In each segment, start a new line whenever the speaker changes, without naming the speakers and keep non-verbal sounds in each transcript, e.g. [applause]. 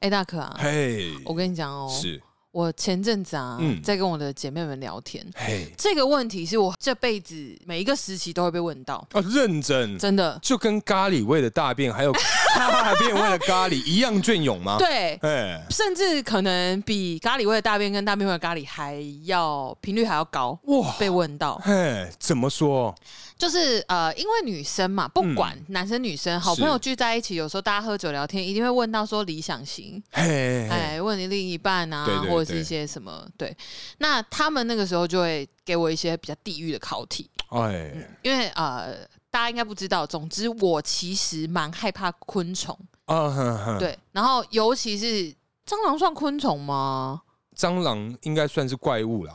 哎、大可啊，
嘿，
我跟你讲哦，
是，
我前阵子啊，
嗯
在跟我的姐妹们聊天，
嘿，
这个问题是我这辈子每一个时期都会被问到，
啊，认真，
真的。
就跟咖喱味的大便
[laughs]
还有大便味的咖喱一样隽永吗？，
对，
哎，
甚至可能比咖喱味的大便跟大便味的咖喱还要频率还要高。
哇，
被问到，
嘿，怎么说？
就是呃，因为女生嘛，不管男生女生，好
嗯是
朋友聚在一起，有时候大家喝酒聊天，一定会问到说理想型，
嘿，
哎，问你另一半啊，
对对
或者是
对
一些什么，对。那他们那个时候就会给我一些比较地域的考题，
哎，
因为呃，大家应该不知道，总之我其实蛮害怕昆虫，
啊，哼哼，
对，然后尤其是蟑螂算昆虫
[laughs]
吗？
蟑螂应该算是怪
[laughs]
物啦，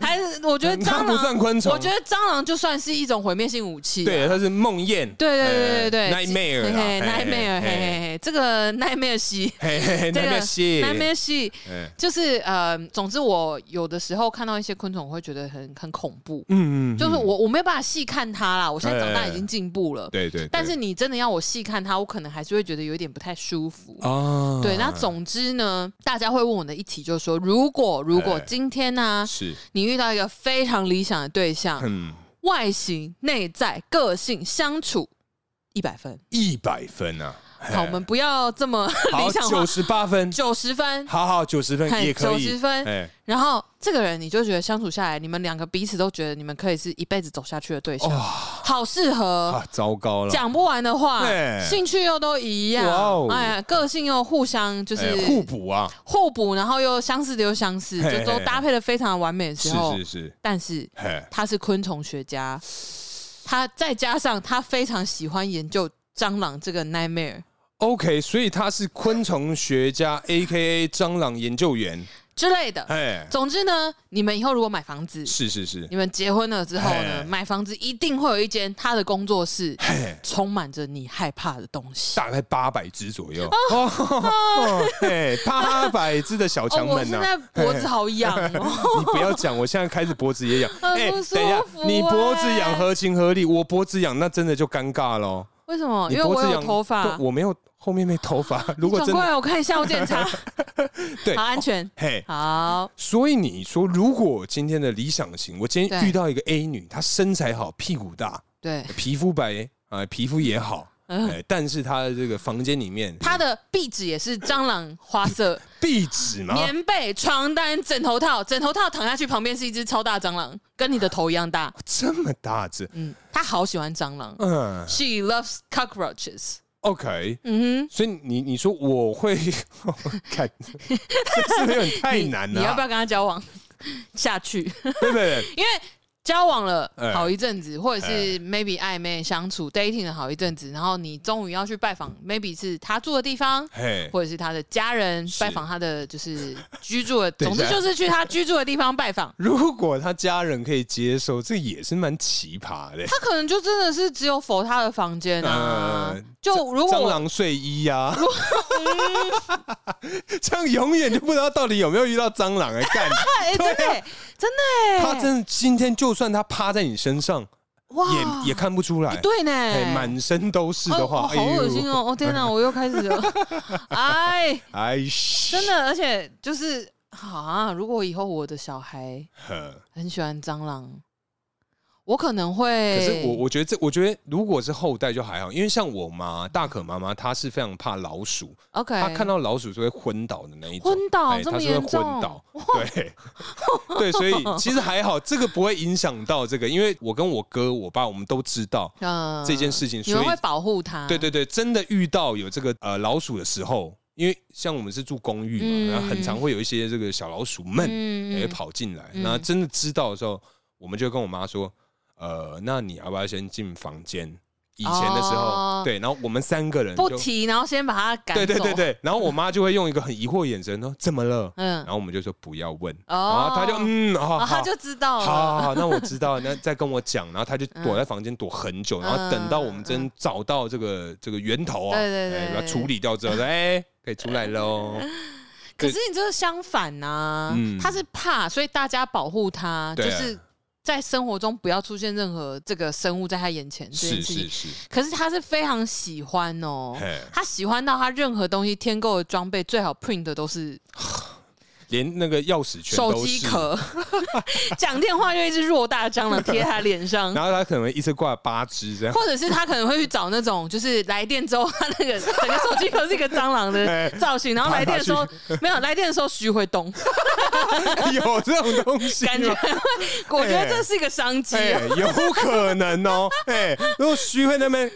还是我觉得
它
蟑
不
螂，
算昆虫，
我觉得蟑螂就算是一种毁灭性武器啊，
对，它是梦魇，
对对对对对
哎，nightmare
嘿
啦
嘿，nightmare，嘿嘿，嘿，这个 nightmare 系
嘿嘿嘿
这个
，nightmare 系
nightmare 系
哎
就是呃，总之我有的时候看到一些昆虫，我会觉得很很恐怖，
嗯，嗯
就是，
嗯
我我没有办法细看它啦。我现在长大已经进步了，
对对，对
但是你真的要我细看它，我可能还是会觉得有一点不太舒服。
啊，
对，那总之呢，大家会问我的一题就是说，如果如果
哎
今天呢、
是，
你遇到一个非常理想的对象，
嗯，
外形、内在、个性、相处，一百分。
一百分啊，
好，我们不要这么
[laughs]
[laughs]
好
理想化
九，十八分，
九十分。
好好九十分
嘿
也可以，
90分
哎，
然后这个人你就觉得相处下来，你们两个彼此都觉得你们可以是一辈子走下去的对象，好适合。
啊，糟糕了，
讲不完的话
嘿，
兴趣又都一样
哇哦，
哎呀，个性又互相就
哎
是
互补啊，
互补，然后又相似的又相似，
嘿
就都
嘿
搭配的非常完美的时
是
候
是，是，
但是
嘿，
他是昆虫学家，他再加上他非常喜欢研究蟑螂这个 nightmare，
OK，所以他是昆虫学家，A.K.A. 蟑螂研究员。
之类的。
哎，
总之呢，你们以后如果买房子，
是是是
你，们结婚了之后呢，
嘿
买房子一定会有一间他的工作室，
嘿，
充满着你害怕的东西。
大概八百只左右。哦，嘿，八百只的小
哦，
强啊
我
们
现
呐、
在脖子好痒哦，
你不要讲，我现在开始脖子也
[laughs]
痒。哎
很不舒服
等一下，你
欸
脖子痒合情合理，我脖子痒那真的就尴尬喽。
为什么？
你
哦因为我
脖子
有
痒
头发
对。我没有，后面没
[laughs]
头发。如果
转
真
过
的
来，我看一下，我检查。
[laughs] 对
好，安全。
嘿，
好，
所以你说，如果我今天的理想型，我今天
对
遇到一个 A 女，她身材好，屁股大，
对，
皮肤白，啊、皮肤也好，
嗯
哎，但是他的这个房间里面，
它的壁纸也是蟑螂花
[coughs]
色，
壁纸嘛，
棉被、床单、枕头套，枕头套躺下去旁边是一只超大蟑螂，跟你的头一样大。
这么大只，
嗯，他好喜欢蟑螂
嗯
，She loves cockroaches。
，OK，
嗯
所以你你说我会 [laughs] 看，这是不是有点
哼，
太难
你。
了、啊
你要不
要？
要跟他交往下去？
对不对？
因为交往了
哎
好一阵子，或者是 maybe 暧昧相处 dating 了好一阵子，然后你终于要去拜访，maybe 是他住的地方。
嘿，
或者是他的家人
是
拜访他的就是居住
[laughs]
的，
等一
总
下
之就是去他居住的地方拜访。
如果他家人可以接受，这也是蛮奇葩的。
他可能就真的是只有否他的房间啊
呃。
就如果
蟑
我
螂睡衣呀、啊， [laughs] 这样永远就不知道到底有没有遇到蟑螂哎、干，
哎，真的耶真的耶，
啊他真的今天就算他趴在你身上，
哇哎
也也看不出来。
对
嘿
呢，
满身都是的话，
哦好恶心哦！哦天
[laughs]
哪，我又开始了，哎，
哎呦！哎，
真的，而且就是啊，如果以后我的小孩
呵
很喜欢蟑螂，我可能
可
会，
是我我觉得这，我觉得如果是后代就还好，因为像我妈大可妈妈，她是非常怕老鼠，
OK，
她看到老鼠是会昏倒的那一种，
昏倒
哎
哦这
她
么
是会
严
昏
重 [laughs]
倒，，对对，所以其实还好，这个不会影响到这个，因为我跟我哥、我爸我们都知道
嗯
这件事情，
你
所
们
以
会保护他，
对对对，真的遇到有这个呃老鼠的时候，因为像我们是住公寓嘛，
嗯
然后很常会有一些这个小老鼠们
嗯，
也会
嗯，
跑进来。
嗯
那真的知道的时候，我们就跟我妈说，呃，那你要不要先进房间？以前的时候，
哦
对，然后我们三个人
不
就
提，然后先把他赶
对
走，
对对，对，然后我妈就会用一个很疑惑的眼神说：“怎么了？”
嗯
然，后我们就说不要问，然
哦
后她就嗯，好
哦，
好，
他就知道
好
了，嗯
好好，那我知道，那再跟我讲，然后她就躲在房间躲很久，然后等到我们真找到这个这个源头啊，
对对对
哎
对
把它处理掉之后，说哎，可以出
[laughs]
来喽。
可是你这个相反呐、
嗯
他是怕，所以大家保护他，就
对啊
是在生活中不要出现任何这个生物在他眼前这件
是
事
是
情。
是，
可是他是非常喜欢哦
嘿，
他喜欢到他任何东西添购的装备最好 print 的都是
连那个钥匙圈
手
都
机
是。
壳， [laughs] 讲电话就一只偌大蟑螂贴他脸上，
然后他可能一次挂八只这样， [laughs]
或者是他可能会去找那种，就是来电之后，他那个整个手机壳是一个蟑螂的造型，然后来电的时 [laughs] 候没有，来电的时候徐回 [laughs] 东，
哎有这种东西吗
感觉 [laughs] 我觉得这是一个商机、
哎、
啊，
有可能哦、哎、如果徐慧
[laughs]
那边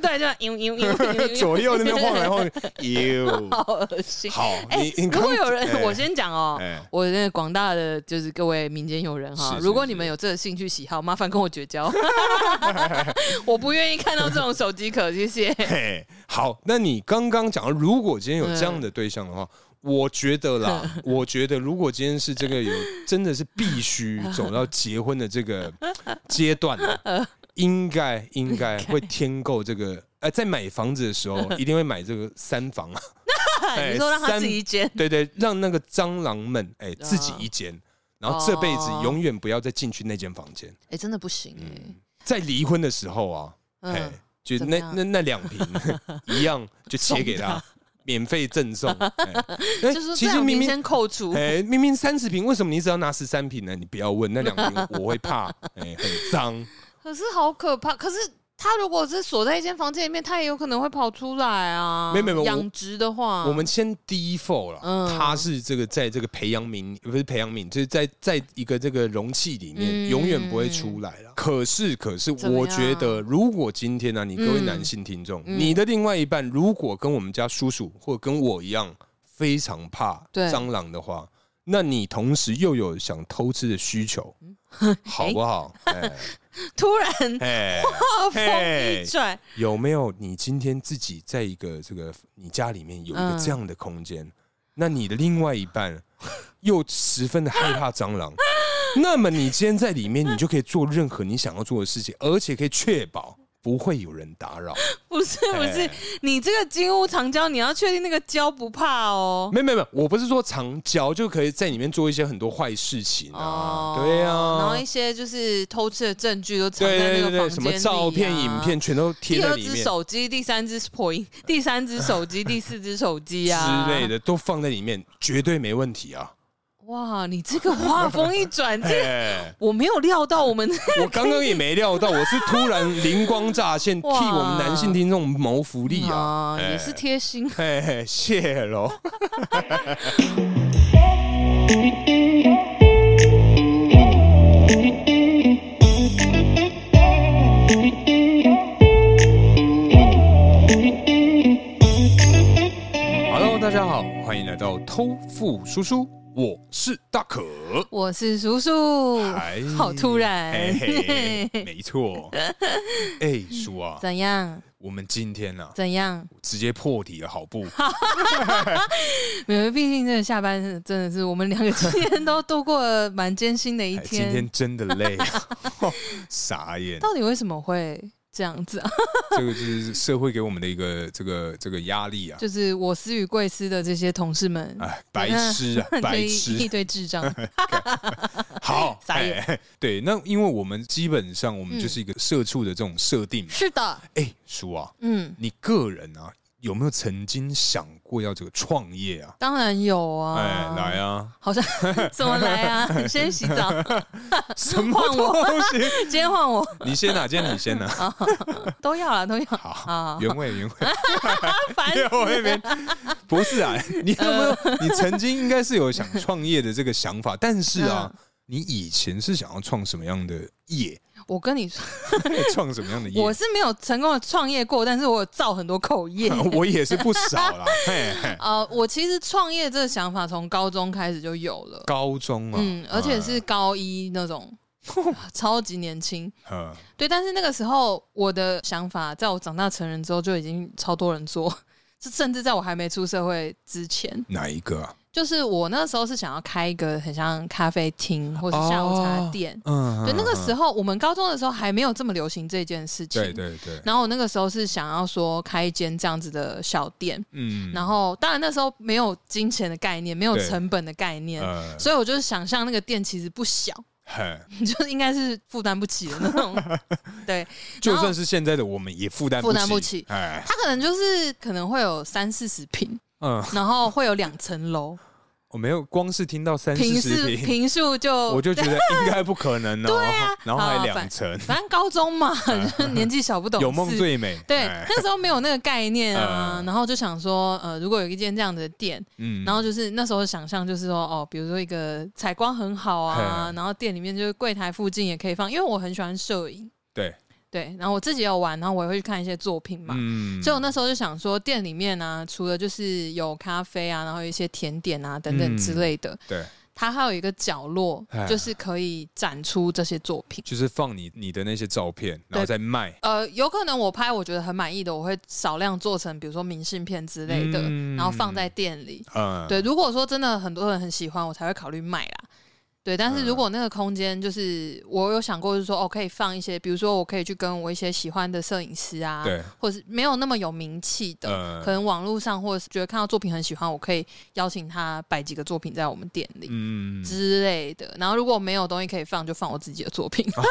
对，就因因 [laughs] 因
[laughs] 左右那边晃来晃去，
[laughs]
哟，
好恶心。
好，
哎
你你
如
刚
果有人，
哎
我先讲哦、
哎
我那个广大的就是各位民间友人哈
是，是
如果你们有这个兴趣喜好，麻烦跟我绝 [laughs] 交，我不愿意看到这种手机壳，谢谢。
嘿，好，那你刚刚讲到，如果今天有这样的对象的
嗯
话，我觉
[laughs]
得啦，我觉得如果今天是这个有，真的是必须走到结婚的这个阶段了，应该应该会添购这个，呃，在买房子
[laughs]
的时候一定会买这个三房啊，哎
你说让他自己哦剪，
对对，让那个蟑螂们哎、自己一间，然后这辈子
哦
永远不要再进去那间房间，
哎、真的不行哎、
在离婚的时候啊，哎、
嗯。
就
怎么
那
样
那那两瓶
[laughs]
一样，就切给他，免费
[laughs]
赠送。哎哎
就是
其
这
实
两瓶
明明
先扣除。
哎，明明三十瓶，为什么你只要拿十三瓶呢？你不要问，那两瓶我
[laughs]
会怕，哎，很脏。
可是好可怕，可是。它如果是锁在一间房间里面，它也有可能会跑出来啊。
没没没我
养殖的话，
我们先 default 了，
嗯
他是这个在这个培养皿，不是培养皿，就是在在一个这个容器里面，
嗯
永远不会出来了。可是可是，
怎么
我觉
样
得如果今天啊呢，你各位
嗯
男性听众，
嗯
你的另外一半如果跟我们家叔叔或者跟我一样非常怕
对
蟑螂的话，那你同时又有想偷吃的需求，
嗯 [laughs]
好不好？哎
[laughs] 突然
哎
画风
哎
一，转，
有没有你今天自己在一个这个你家里面有一个
嗯
这样的空间，那你的另外一半又十分的害怕蟑螂，那么你今天在里面，你就可以做任何你想要做的事情，而且可以确保不会有人打扰。
不是不是
哎，
你这个金屋藏娇，你要确定那个娇不怕哦。
没有没有没有，我不是说长焦就可以在里面做一些很多坏事情啊，对呀、
哦然后
啊
一。些就是偷吃的证据都藏
对
在那
对
个
对
房间里、啊
对，什么照片、影片。全都贴
第
在
二
里
只
面，
手机，第三只破音，第三只手机，第四只手机啊
[laughs] 之类。的都放在里面，绝对没问题啊！
哇，你这个画风一转，这个
哎，
我没有料到我们
我刚刚也没料到，我是突然灵光乍现，
[laughs]
替
哇
我们男性听众谋福利啊，哎
哦也是，贴心。 [laughs]
哎，谢喽。Hello，大家好，欢迎来到偷富叔叔，我是大可。
我是叔叔
哎，
好突然，
嘿嘿没错。哎，叔啊，
[laughs] 怎样？
我们今天啊，
怎样？
直接破题了，好不？
因为毕竟这下班是真的是我们两个今天都度过了蛮艰辛的一
哎今天
天。
真的
[laughs]
累啊，傻眼。
到底为什么会这样子啊？ [laughs]
这个就是社会给我们的一个这个这个压力啊，
就是我司与贵司的这些同事们，，
哎，白痴啊白
就一一
痴。
堆智障。
[laughs] 好，
傻眼嗯
哎。对，那因为我们基本上我们就是一个社畜的这种设定嘛。
是的，
哎，叔啊，
嗯，
你个人啊，有没有曾经想过要这个创业啊？
当然有啊。
哎，来
[laughs]
啊，
好像怎么来
[laughs]
啊？先洗澡，
什么东西？
今天换我 [laughs]
你先啊，今天你先啊。
都要啊，都要。
好
好，哎
原位
[laughs]
原位。
烦
[laughs] 没有那边，不
[laughs]
是啊，你有没有？
呃
你曾经应该是有想创业的这个想法，但是啊，
嗯
你以前是想要创什么样的
[laughs]
业？
我跟你说，
创什么样的业
我？是没有成功的创业过，但是我有造很多口业。
[laughs] 我也是不少啦， [laughs] 嘿嘿，
呃，我其实创业这个想法从高中开始就有了，
高中啊，
嗯，而且是高一那
[laughs]
种，超级年轻。
嗯，
对，但是那个时候我的想法，在我长大成人之后就已经超多人做， [laughs] 是甚至在我还没出社会之前，
哪一个啊？
就是我那时候是想要开一个很像咖啡厅或是下午茶店。
嗯，
对，那个时
候，
候我们高中的时候还没有这么流行这件事情。
对对对，
然后我那个时候是想要说开一间这样子的小店，
嗯
然后当然那时候没有金钱的概念，没有
对
成本的概念，
呃，
所以我就是想象那个店其实不小， [laughs]
嘿，
就是应该是负担不起的那
[laughs]
种。对，
就算是现在的我们也负担
负担不起
哎，
他可能就是可能会有三四十平，
嗯，
然后会有两层楼，
我没有，光是听到 [laughs] 三
平
四
数
十平，
平数就
我就觉得应该不可能
哦
哦。
对啊
[laughs] 然后还
好
两层，
反正高中嘛，就是 [laughs] 年纪小不懂
嗯有梦
事
最美。
对
哎，
那时候没有那个概念啊，
[laughs] 嗯
然后就想说，呃，如果有一间这样的店，
嗯
然后就是那时候想象就是说，哦，比如说一个采光很好啊，
嘿
然后店里面就是柜台附近也可以放，因为我很喜欢摄影，
对，
对，然后我自己有玩，然后我也会去看一些作品嘛，
嗯
所以我那时候就想说，店里面呢、除了就是有咖啡啊，然后有一些甜点啊等等之类的，
对，
它还有一个角落
哎，
就是可以展出这些作品。
就是放你你的那些照片，然后再卖
呃，有可能我拍我觉得很满意的，我会少量做成，比如说明信片之类的，
嗯
然后放在店里。
嗯，
对，如果说真的很多人很喜欢，我才会考虑卖啦。对，但
嗯
是如果那个空间就是我有想过，就是说哦，可以放一些，比如说我可以去跟我一些喜欢的摄影师啊，
对，
或是没有那么有名气的，
嗯
可能网络上或者是觉得看到作品很喜欢，我可以邀请他摆几个作品在我们店里。
嗯，
之类的，然后如果没有东西可以放，就放我自己的作品。
哦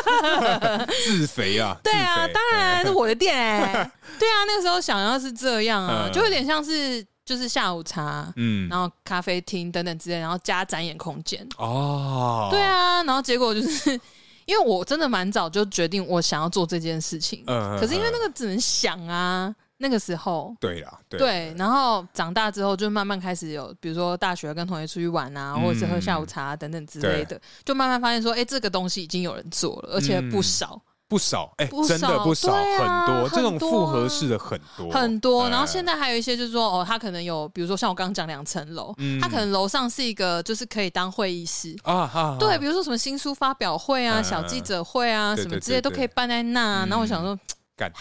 自肥啊，
[laughs] 对啊，
自肥
当然是我的
[laughs]
店哎、对啊，那个时候想要是这样啊，
嗯
就有点像是就是下午茶，
嗯
然后咖啡厅等等之类，然后加展演空间。
哦，
对，啊，然后结果就是 [laughs] 因为我真的蛮早就决定我想要做这件事情，
嗯
可是因为那
个
个只能想啊，那个时候。
对啦，对
对，然后长大之后就慢慢开始有，比如说大学跟同学出去玩啊，
嗯
或者是喝下午茶啊等等之类的，就慢慢发现说，哎，这个东西已经有人做了，而且不
嗯
少，
不少，哎
不，少
真的不少，
对
很
啊
多这种
很多啊
复合式的很多哎
很多。然后现
在
在还有一些就是说，哦，它可能有，比如说像我刚刚讲两层楼，
嗯
它可能楼上是一个就是可以当会议室，
啊哈，
对，
哈
比如说什么新书发表会
嗯
啊、
嗯
小记者会啊，
对
什
对
么
对
之类都
对
可以办在那。
嗯
然后我想说，
干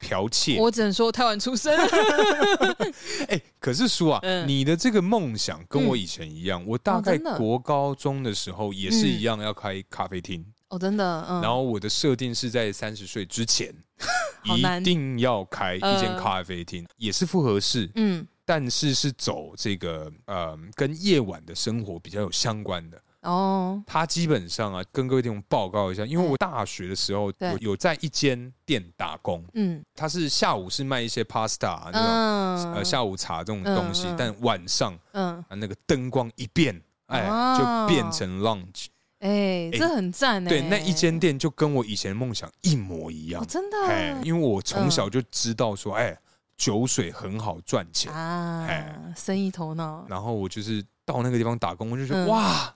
剽窃，
我只能说我太晚出
[laughs]
生，
哎，可是叔啊，
嗯
你的这个梦想跟我以前一样，我大
哦
概
真的
国高中的时候也是一样要开咖啡厅，
哦，真的，嗯，
然后我的设定是在三十岁之前
[laughs] 好
一
难
定要开一间
呃
咖啡厅，也是复合式，
嗯，
但是是走这个呃跟夜晚的生活比较有相关的。
哦，
它基本上啊，跟各位听众报告一下，因为我大学的时候，
嗯对
我有在一间店打工，
嗯
它是下午是卖一些 pasta 啊那种、
嗯，
呃下午茶这种东西，
嗯嗯
但晚上
嗯，
啊那个灯光一变，哎，
哦
就变成 lounge。
哎，这很赞哎，
对，那一间店就跟我以前的梦想一模一样
哦，。真
哎，
的嗯
因为我从小就知道说，哎，酒水很好赚钱，哎
啊，生意头脑，
然后我就是到那个地方打工，我就觉得、
嗯
哇，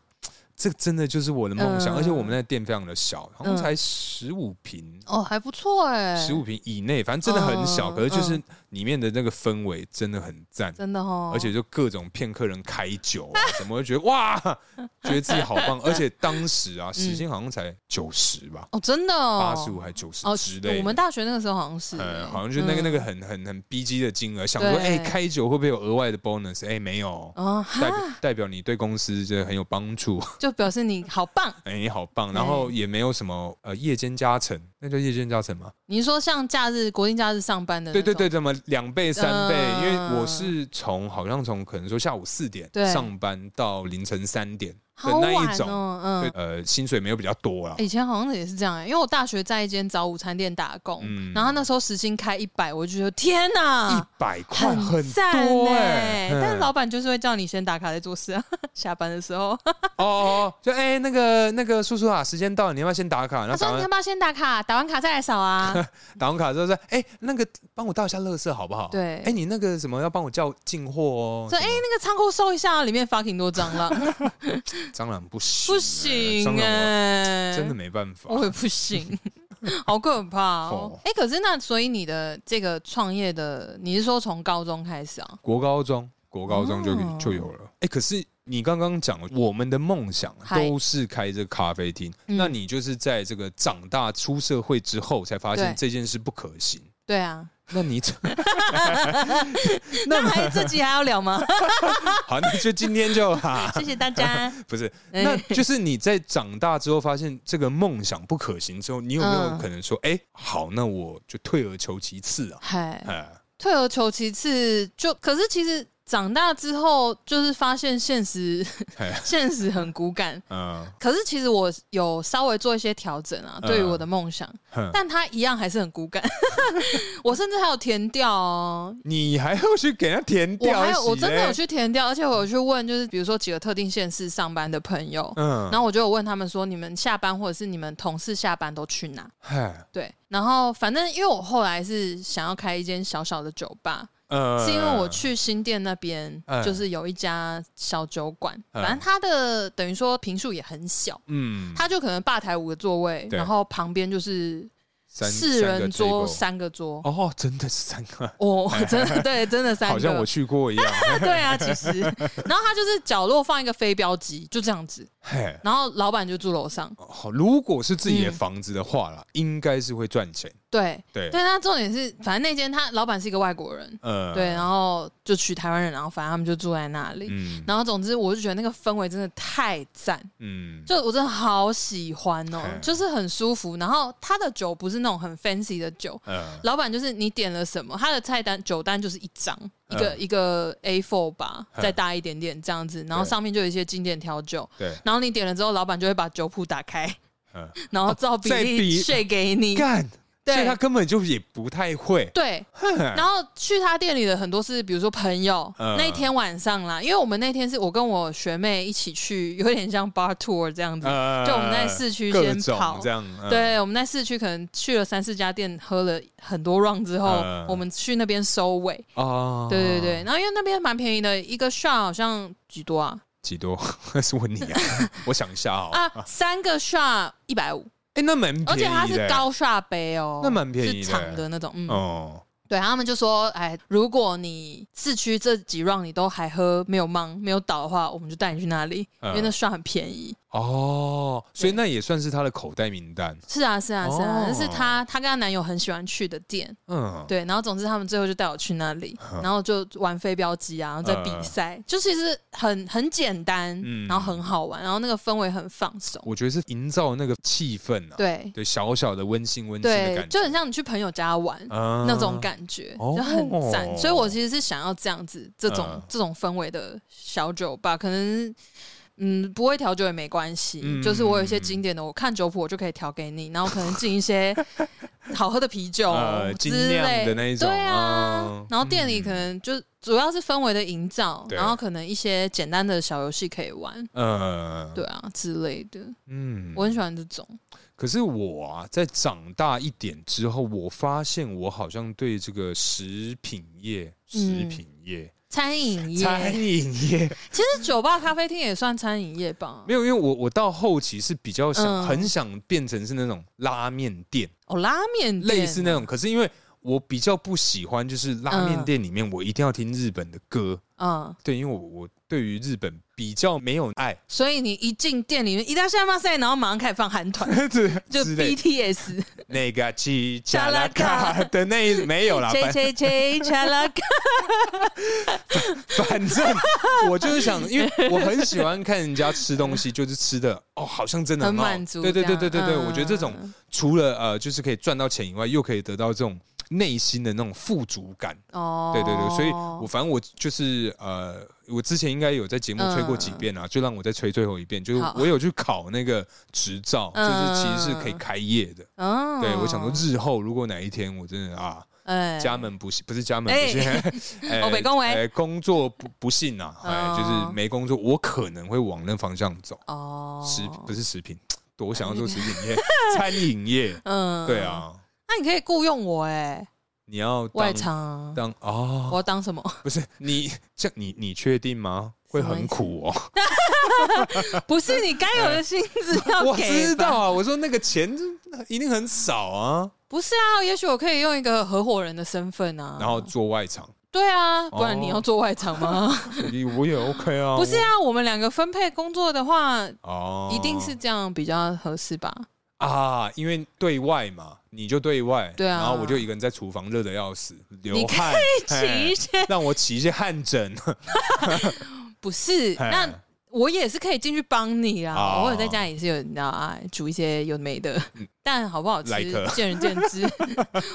这真的就是我的梦想。
嗯
而且我们那个店非常的小，好像
嗯
才十五平，
哦，还不错哎，
十五平以内，反正真的很小。
嗯
可是就是里面的那个氛围真的很赞，
真的哦，
而且就各种骗客人开酒
[laughs]
啊，怎么会觉得哇，觉得自己好棒。而且当时啊，时薪好像才九十吧，
哦，真的哦，
八十五还九十
哦
之类，的。
我们大学那个时候好像是
呃，
哎，
好像就那个
嗯
那个很很很逼机的金额，想说
对
哎、开酒会不会有额外的 bonus？哎、没有，
哦，
代
哈，
表代表你对公司这很有帮助， [laughs]
就表示你好棒。
哎、你好棒。然后也没有什么呃夜间加成，那叫夜间加成吗？
你是说像假日、国定假日上班的那
对
种，
对对，怎么两倍三倍？
嗯
因为我是从好像从可能说下午四点
对
上班到凌晨三点的
好
那
晚
一种，
哦，嗯哎
对，呃，薪水没有比较多啦。
以前好像也是这样、欸，因为我大学在一间早午餐店打工，
嗯
然后那时候时薪开一百，我就觉得天哪
一，百块很
赞
多哎、
欸但是
嗯
老板就是会叫你先打卡再做事啊， [laughs] 下班的时候，
哦哦哦，就哎、那个那个叔叔啊，时间到了，你要不要先打卡？
他
然后
说
打完
你要不要先打卡，打完卡再来扫
[laughs]
啊？
打完卡之后说，哎、那个帮我倒一下垃圾好不好？
对
哎、你那个什么要帮我叫进货哦。
说哎、欸那个仓库收一下，里面 fucking 多蟑
[laughs]
螂，
蟑螂不行，欸
不行
蟑螂
哎、
我真的没办法。
我也不
[laughs]
行，好可怕哦
哦！
哎、可是那所以你的这个创业的，你是说从高中开始啊？
国高中，国高中就、
哦
就有了。哎、可是你刚刚讲了，我们的梦想
嗨
都是开这个咖啡厅，
嗯
那你就是在这个长大出社会之后才发现
对
这件事不可行。
对啊，
那你怎
[laughs] 那还这集还要聊吗？
好，那就今天就哈、
[laughs] 谢谢大 [laughs] 家。
[laughs] 不是，
哎
那就是你在长大之后发现这个梦想不可行之后，你有没有
嗯
可
[laughs]
能说，哎、好，那我就退而求其次啊？
嗨，
哎，
退而求其次，就可是其实长大之后，就是发现现实， [laughs] 现实很骨感。
哎嗯，
可是其实我有稍微做一些调整啊，
嗯
对于我的梦想，
哼
但它一样还是很骨感。 [laughs] 我甚至还有填掉哦，
你还要去给他填
我
掉？
还有我真的有，去填掉，而且我有去问，就是比如说几个特定县市上班的朋友，
嗯，
然后我就有问他们说，你们下班或者是你们同事下班都去哪？
嗨，
对，然后反正因为我后来是想要开一间小小的酒吧，
呃，
是因为我去新店那边
嗯，
就是有一家小酒馆，
嗯
反正它的等于说平数也很小，
嗯，
它就可能吧台五个座位，
对
然后旁边就是
三
四人桌
三
三个桌
个。table 哦，真的是三个，
哦，真的 [laughs] 对，真的三个，
好像我去过一样，
对啊，其实，然后它就是角落放一个飞镖机，就这样子，
嘿。
然后老板就住楼上，
哎好，如果是自己的
嗯
房子的话啦，应该是会赚钱。
对，
对，
对，那重点是，反正那间他老板是一个外国人，
呃，
对，，然后就娶台湾人，然后反正他们就住在那里。
嗯
然后，总之，我就觉得那个氛围真的太赞，
嗯，
就我真的好喜欢哦
嗯，
就是很舒服。然后他的酒不是那种很 fancy 的酒，
呃，
老板就是你点了什么，他的菜单酒单就是一张，一个、一个 A4 吧，
嗯
再大一点点这样子，然后
对
上面就有一些经典调酒，
对，
然后你点了之后，老板就会把酒谱打开，
嗯
然后照比
再比
例税给你。
干，所
对
以他根本就也不太会。
对，然后去他店里的很多是，比如说朋友。
嗯
那一天晚上啦，因为我们那天是我跟我学妹一起去，有点像 bar tour 这样子。
呃
就我们在市区
各
先
种
跑
这样，嗯，
对，我们在市区可能去了三四家店，喝了很多 round 之后，
嗯
我们去那边收尾。
哦，
对对对，，然后因为那边蛮便宜的，一个 shot 好像几多啊？
几多？ [laughs] 是
[laughs]
问你啊，我想一下哦。
啊，三个 shot 一百五，
哎，那蛮便宜的，
而且它是高 shot 杯哦，
那蛮便宜的
是长的那种。嗯，
哦，
对他们就说，哎，如果你市区这几 round 你都还喝没有mang 没有倒的话，我们就带你去那里，
嗯
因为那 shot 很便宜。
哦，所以那也算是他的口袋名单。
是啊，是啊，是啊，
哦
那是她她跟她男友很喜欢去的店。
嗯，
对，然后总之他们最后就带我去那里，然后就玩飞镖机啊，然后在比赛，就其实很很简单，
嗯
然后很好玩，然后那个氛围很放松。
我觉得是营造那个气氛啊，
对
对，小小的温馨温馨的
对
感，觉，
就很像你去朋友家玩。
啊
那种感觉、
哦
就很赞，所以我其实是想要这样子这种、
嗯
这种氛围的小酒吧，可能嗯不会调酒也没关系，
嗯
就是我有一些经典的，我看酒谱我就可以调给你，然后可能进一
[laughs]
些好喝的啤酒
呃
之
精酿
类
的那一种
对啊
哦，
然后店里可能就主要是氛围的营造，
嗯对
然后可能一些简单的小游戏可以玩，
呃，
对啊之类的，
嗯
我很喜欢这种，
可是我啊，在长大一点之后，我发现我好像对这个食品业、食品业、
餐饮
餐
业，
饮业
其实酒吧、咖啡厅也算餐饮业吧
没。有，因为我我到后期是比较想、
嗯
很想变成是那种拉面店，
哦，拉面店
类似那种。可是因为我比较不喜欢，就是拉面店里面我一定要听日本的歌，
嗯，
对，因为我我对于日本比较没有爱，
所以你一进店里面，一到现在马赛，然后马上开始放韩团，就
就
[laughs]
之类
BTS，
那个啊七加拉卡的那一没有
[laughs]
啦，
切
反
切切切啦，
[laughs] 反正我就是想，因为我很喜欢看人家吃东西，就是吃的哦，好像真的
很
好
满足
对对对
这
对
样
对
嗯
对，我觉得这种除了呃，就是可以赚到钱以外，又可以得到这种内心的那种富足感。
哦，
对对对，所以我反正我就是呃，我之前应该有在节目吹过几遍啊，就让我再吹最后一遍。就是
嗯好
我有去考那个执照，就
嗯
是其实是可以开业的。
哦
对，我想说，日后如果哪一天我真的啊，
哎
家门不幸，不是家门不幸， [laughs] 哎
哦北宫维
哎工作不不幸啊，哎，
哦
就是没工作，我可能会往那方向走，
哦，哎
食不是食品，我想要做食品业， [laughs] 餐饮业，
嗯
对，啊，
那你可以雇佣我哎，
你要当
外场啊，
当哦，
我要当什么？
不是你这样你你确定吗？会很苦哦，
不是你该有的薪资要
[laughs] 我
给吧，
知道啊，我说那个钱一定很少啊，
不是啊？也许我可以用一个合伙人的身份啊，
然后做外场，
对啊，不然你要做外场吗？
我也 OK 啊，
不是啊，我们两个分配工作的话，
我，哦，
一定是这样比较合适吧？
啊，因为对外嘛，你就对外，
对啊
然后我就一个人在厨房热的要死，流
你可
汗，
起一
嘿
些 [laughs]
让我起一些汗疹，
不是
嘿
那。我也是可以进去帮你啊。
哦嗯
偶尔在家也是有，你知道啊，煮一些有的没的，但好不好吃
Like
见仁见
[laughs]
智。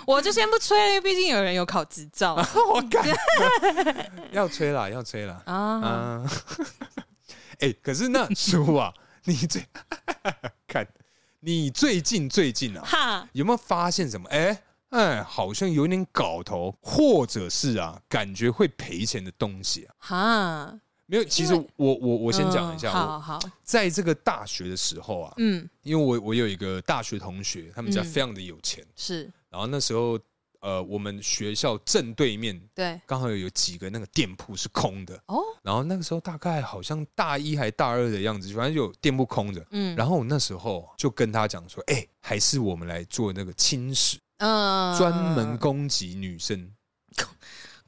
我就先不吹了，因为毕竟有人有考执照
[laughs]
啊
[laughs] 我感 [laughs] 要吹啦，要吹啦。
啊。
啊， [laughs] 哎、可是那叔啊， [laughs] 你最看你最近最近啊，
哈，
有没有发现什么？哎、哎，好像有点搞头，或者是啊，感觉会赔钱的东西啊。
哈，
没有，其实
因
我我我
我
先讲一下，
好
我
好，
在这个大学的时候啊，
嗯，
因为我我有一个大学同学，他们家
嗯
非常的有钱，
是
然后那时候呃，我们学校正对面
对
刚好有几个那个店铺是空的，
哦，
然后那个时候大概好像大一还大二的样子，反正有店铺空着。
嗯，
然后我那时候就跟他讲说，哎、还是我们来做那个侵蚀，
嗯，
专门攻击女生。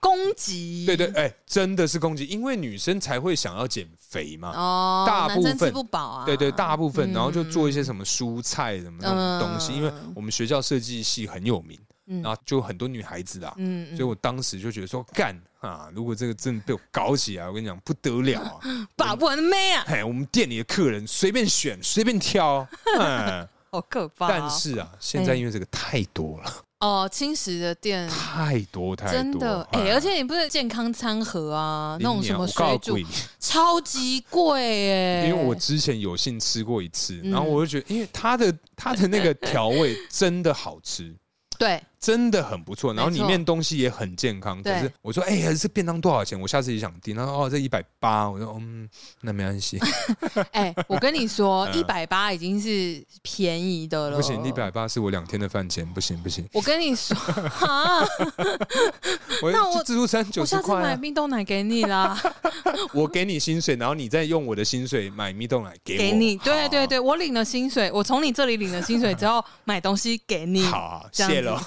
攻击，
对对，哎、真的是攻击，因为女生才会想要减肥嘛。
哦，
大
男生
部分
吃不饱啊，
对对，大部分，
嗯
然后就做一些什么蔬菜什么那种东西，
嗯
因为我们学校设计系很有名，
嗯
然后就很多女孩子啊，
嗯，
所以我当时就觉得说干啊，如果这个真的被我搞起来，我跟你讲不得
[laughs]
了啊！
把不完的妹啊，
哎，我们店里的客人随便选，随便挑。嗯，
[laughs] 好可怕哦。
但是啊，现在因为这个太多了，
哦，轻食的店
太多太多，
真的哎、
哎
而且你不是健康餐盒啊，那种什么水煮
林鸟我告诉
超级贵哎、
你因为我之前有幸吃过一次，
嗯
然后我就觉得，因为它的它的那个调味真的好吃。
对
真的很不错，然后
没
里
错
面东西也很健康。可
对
是我说，哎、呀，这便当多少钱？我下次也想订。然后哦，这一百八，我说嗯，那没关系，
[laughs] 哎、我跟你说，
嗯
一百八已经是便宜的了，
不行，一。百八是我两天的饭钱，不行不
[laughs]
行。
我跟你
[laughs]
说，哈，
我
那我
就自助餐九
我
十
下次
块啊， [laughs]
买冰冻奶给你啦，
我给你薪水，然后你再用我的薪水买蜜豆奶 [laughs] 给我。
给你。
好
对对，对，我领了薪水，我从你这里领了薪水之
[laughs]
后，买东西给你，
好，
这样子
谢喽。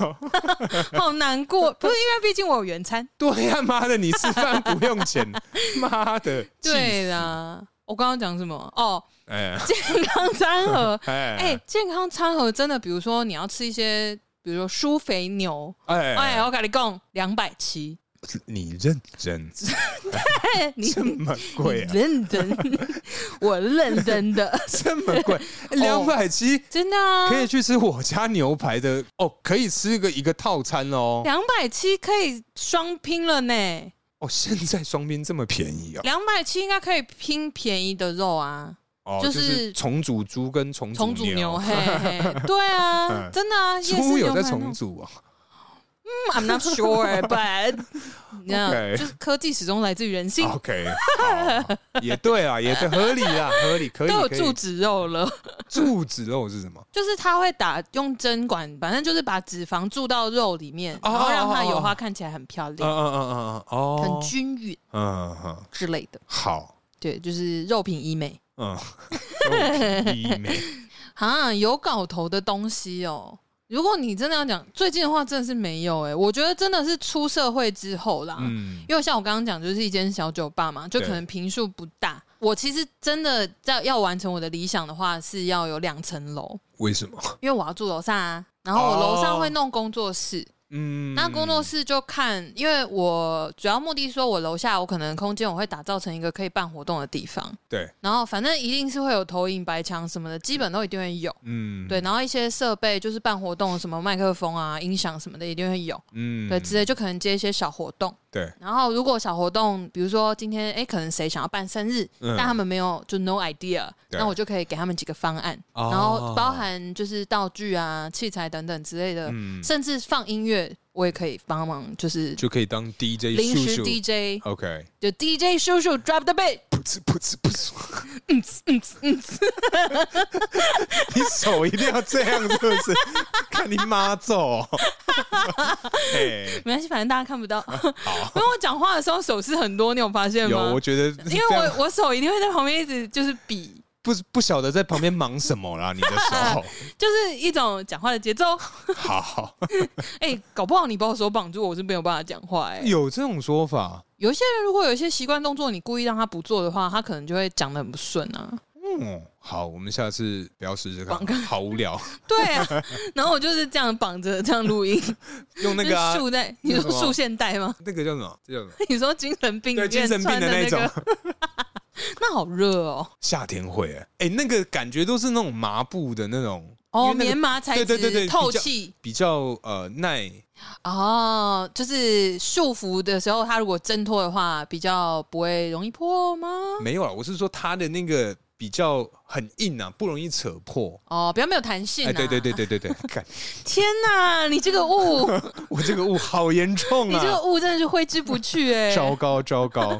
好难过。不是因为毕竟我有原餐，
[laughs] 对呀，妈的，你吃饭不用钱， [laughs] 妈的，
对
的，
啦。我刚刚讲什么？哦，
哎
健康餐盒，哎、
哎
健康餐盒真的，比如说你要吃一些，比如说舒肥牛，
哎
哎、我跟你讲，两百七，
你认真
哎 [laughs] 你
这么贵啊
你？认真， [laughs] 我认真哦的，
[laughs] 这么
[laughs]
贵，两百七
真的啊，
可以去吃我家牛
[laughs]
排的哦，可以吃个一个套餐哦。
两百七可以双拼了呢，
哦，现在双拼这么便宜哦，
两百七应该可以拼便宜的肉啊，
哦，
就
就是是重组猪跟重
重
组
组牛，嘿嘿，对
[laughs]
啊，
嗯
真的啊， [laughs] 夜
猪
市
有在
卖那
重
种
组哦。
，I'm not
[laughs]
sure，but 你
OK 哦
看，就是科技始终来自于人性。
啊 OK，好也对啊，也对，合理
[laughs]
啊，合理，可以。
都有
可以
柱子肉了，
柱子肉是什么？
就是它会打用针管，反正就是把脂肪注到肉里面，
哦
然后让它油
哦哦
花看起来很漂
嗯
亮、
嗯嗯嗯嗯，哦，
很均匀
嗯嗯，
之类的。
好，
对，就是肉品医美 [laughs]
嗯，肉皮美，
啊，有搞头的东西哦。如果你真的要讲最近的话，真的是没有哎、我觉得真的是出社会之后啦，
嗯，
因为像我刚刚讲，就是一间小酒吧嘛，就
对
可能平数不大。我其实真的在要完成我的理想的话，是要有两层楼，
为什么？
因为我要住楼上啊，然后我楼上
哦
会弄工作室。
嗯，
那工作室就看，因为我主要目的说，我楼下我可能空间我会打造成一个可以办活动的地方，
对，
然后反正一定是会有投影、白墙什么的，基本都一定会有。
嗯，
对，，然后一些设备就是办活动，什么麦克风啊、音响什么的，一定会有。
嗯
对，之类就可能接一些小活动。
对，
然后如果小活动，比如说今天哎，可能谁想要办生日，
嗯
但他们没有就 no idea，
对
那我就可以给他们几个方案，
哦
然后包含就是道具啊、器材等等之类的，
嗯，
甚至放音乐，我也可以帮忙，就是
就可以当 DJ
临
叔
时
叔
DJ，
OK，
就 DJ 叔叔 drop the beat，
噗呲噗呲噗呲，
嗯
你手一定要这样，是不是？ [laughs] 看你妈
[laughs]
揍，哦哎，
没关系，反正大家看不
[laughs]
到。因为我讲话的时候手势很多，你有发现
有，
吗
我？觉得
因为我我手一定会在旁边一直就是比，
不不晓得在旁边忙什么啦，你的
[laughs]
手
就是一种讲话的节奏。
好，
哎、搞不好你把我手绑住，我是没有办法讲话、哎，
有这种说法，
有一些人如果有一些习惯动作，你故意让他不做的话，他可能就会讲的很不顺啊。
嗯，好，我们下次不要试试
绑
看，好无
[laughs]
聊，
对
[laughs]
啊，然后我就是这样绑着这样录音，
用那个啊、
就是束带，你
那个
说
什么
束线带吗？ [laughs]
那个叫什么？这叫什么？
你说精神病
对，精
院
神病
穿
的
的那
种
个，， [laughs] 那好热哦，
夏天会哎、哎、那个感觉都是那种麻布的那种，因
哦，
为那个
棉麻材质，
对对对对
透
比较
气
比较呃耐
哦，就是束缚的时候，它如果挣脱的话，比较不会容易破吗？
没有啊，我是说它的那个比较很硬啊，不容易扯破。
哦，比较没有弹性、
哎、
啊
对对对，对对 [laughs] 对，看
天哪，你这个
[laughs]
雾，
我这个雾好严重
你这个
啊！
雾真的是挥之不去
[laughs]
哎、
糟糕糟糕！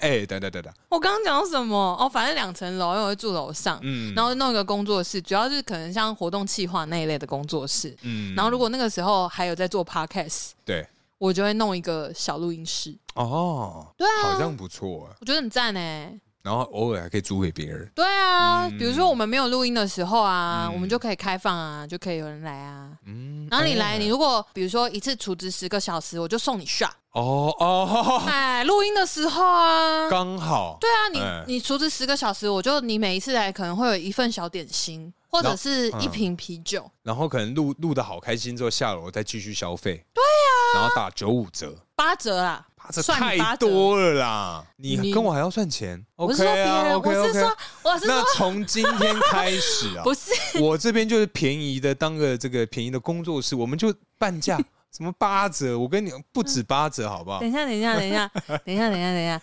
哎、等等等等，
我刚刚讲到什么？哦，反正两层楼，因为我会住楼上，
嗯，
然后弄一个工作室，主要是可能像活动企划那一类的工作室。
嗯
然后如果那个时候还有在做 podcast，
对
我就会弄一个小录音室。
哦，
对啊，
好像不错、啊。
我觉得很赞哎、
然后偶尔还可以租给别人，
对啊，
嗯
比如说我们没有录音的时候啊，
嗯
我们就可以开放啊，就可以有人来啊。
嗯，
然后你
哎
来，你如果比如说一次储值十个小时，我就送你 shot。
哦哦，
哎，录音的时候啊，
刚好
对啊，你、
哎
你储值十个小时，我就你每一次来可能会有一份小点心，或者是一
嗯
瓶啤酒。
然后可能录录的好开心之后下楼再继续消费，对呀、然后打九五折，
八折啦，
啊这
啊算
太
八折
多了啦！
你
你跟我还要算钱
我是
？OK
说别
啊
人，
，OK
我是
OK
说。我是说
那从今天开始啊
[laughs] 不，是
我这边就是便宜的，当个这个便宜的工作室，我们就半
[laughs]
价，什么八折，我跟你讲不止八折，好不好
等？一下，等一下，等一
[laughs]
下，等一下，等一下，等一下，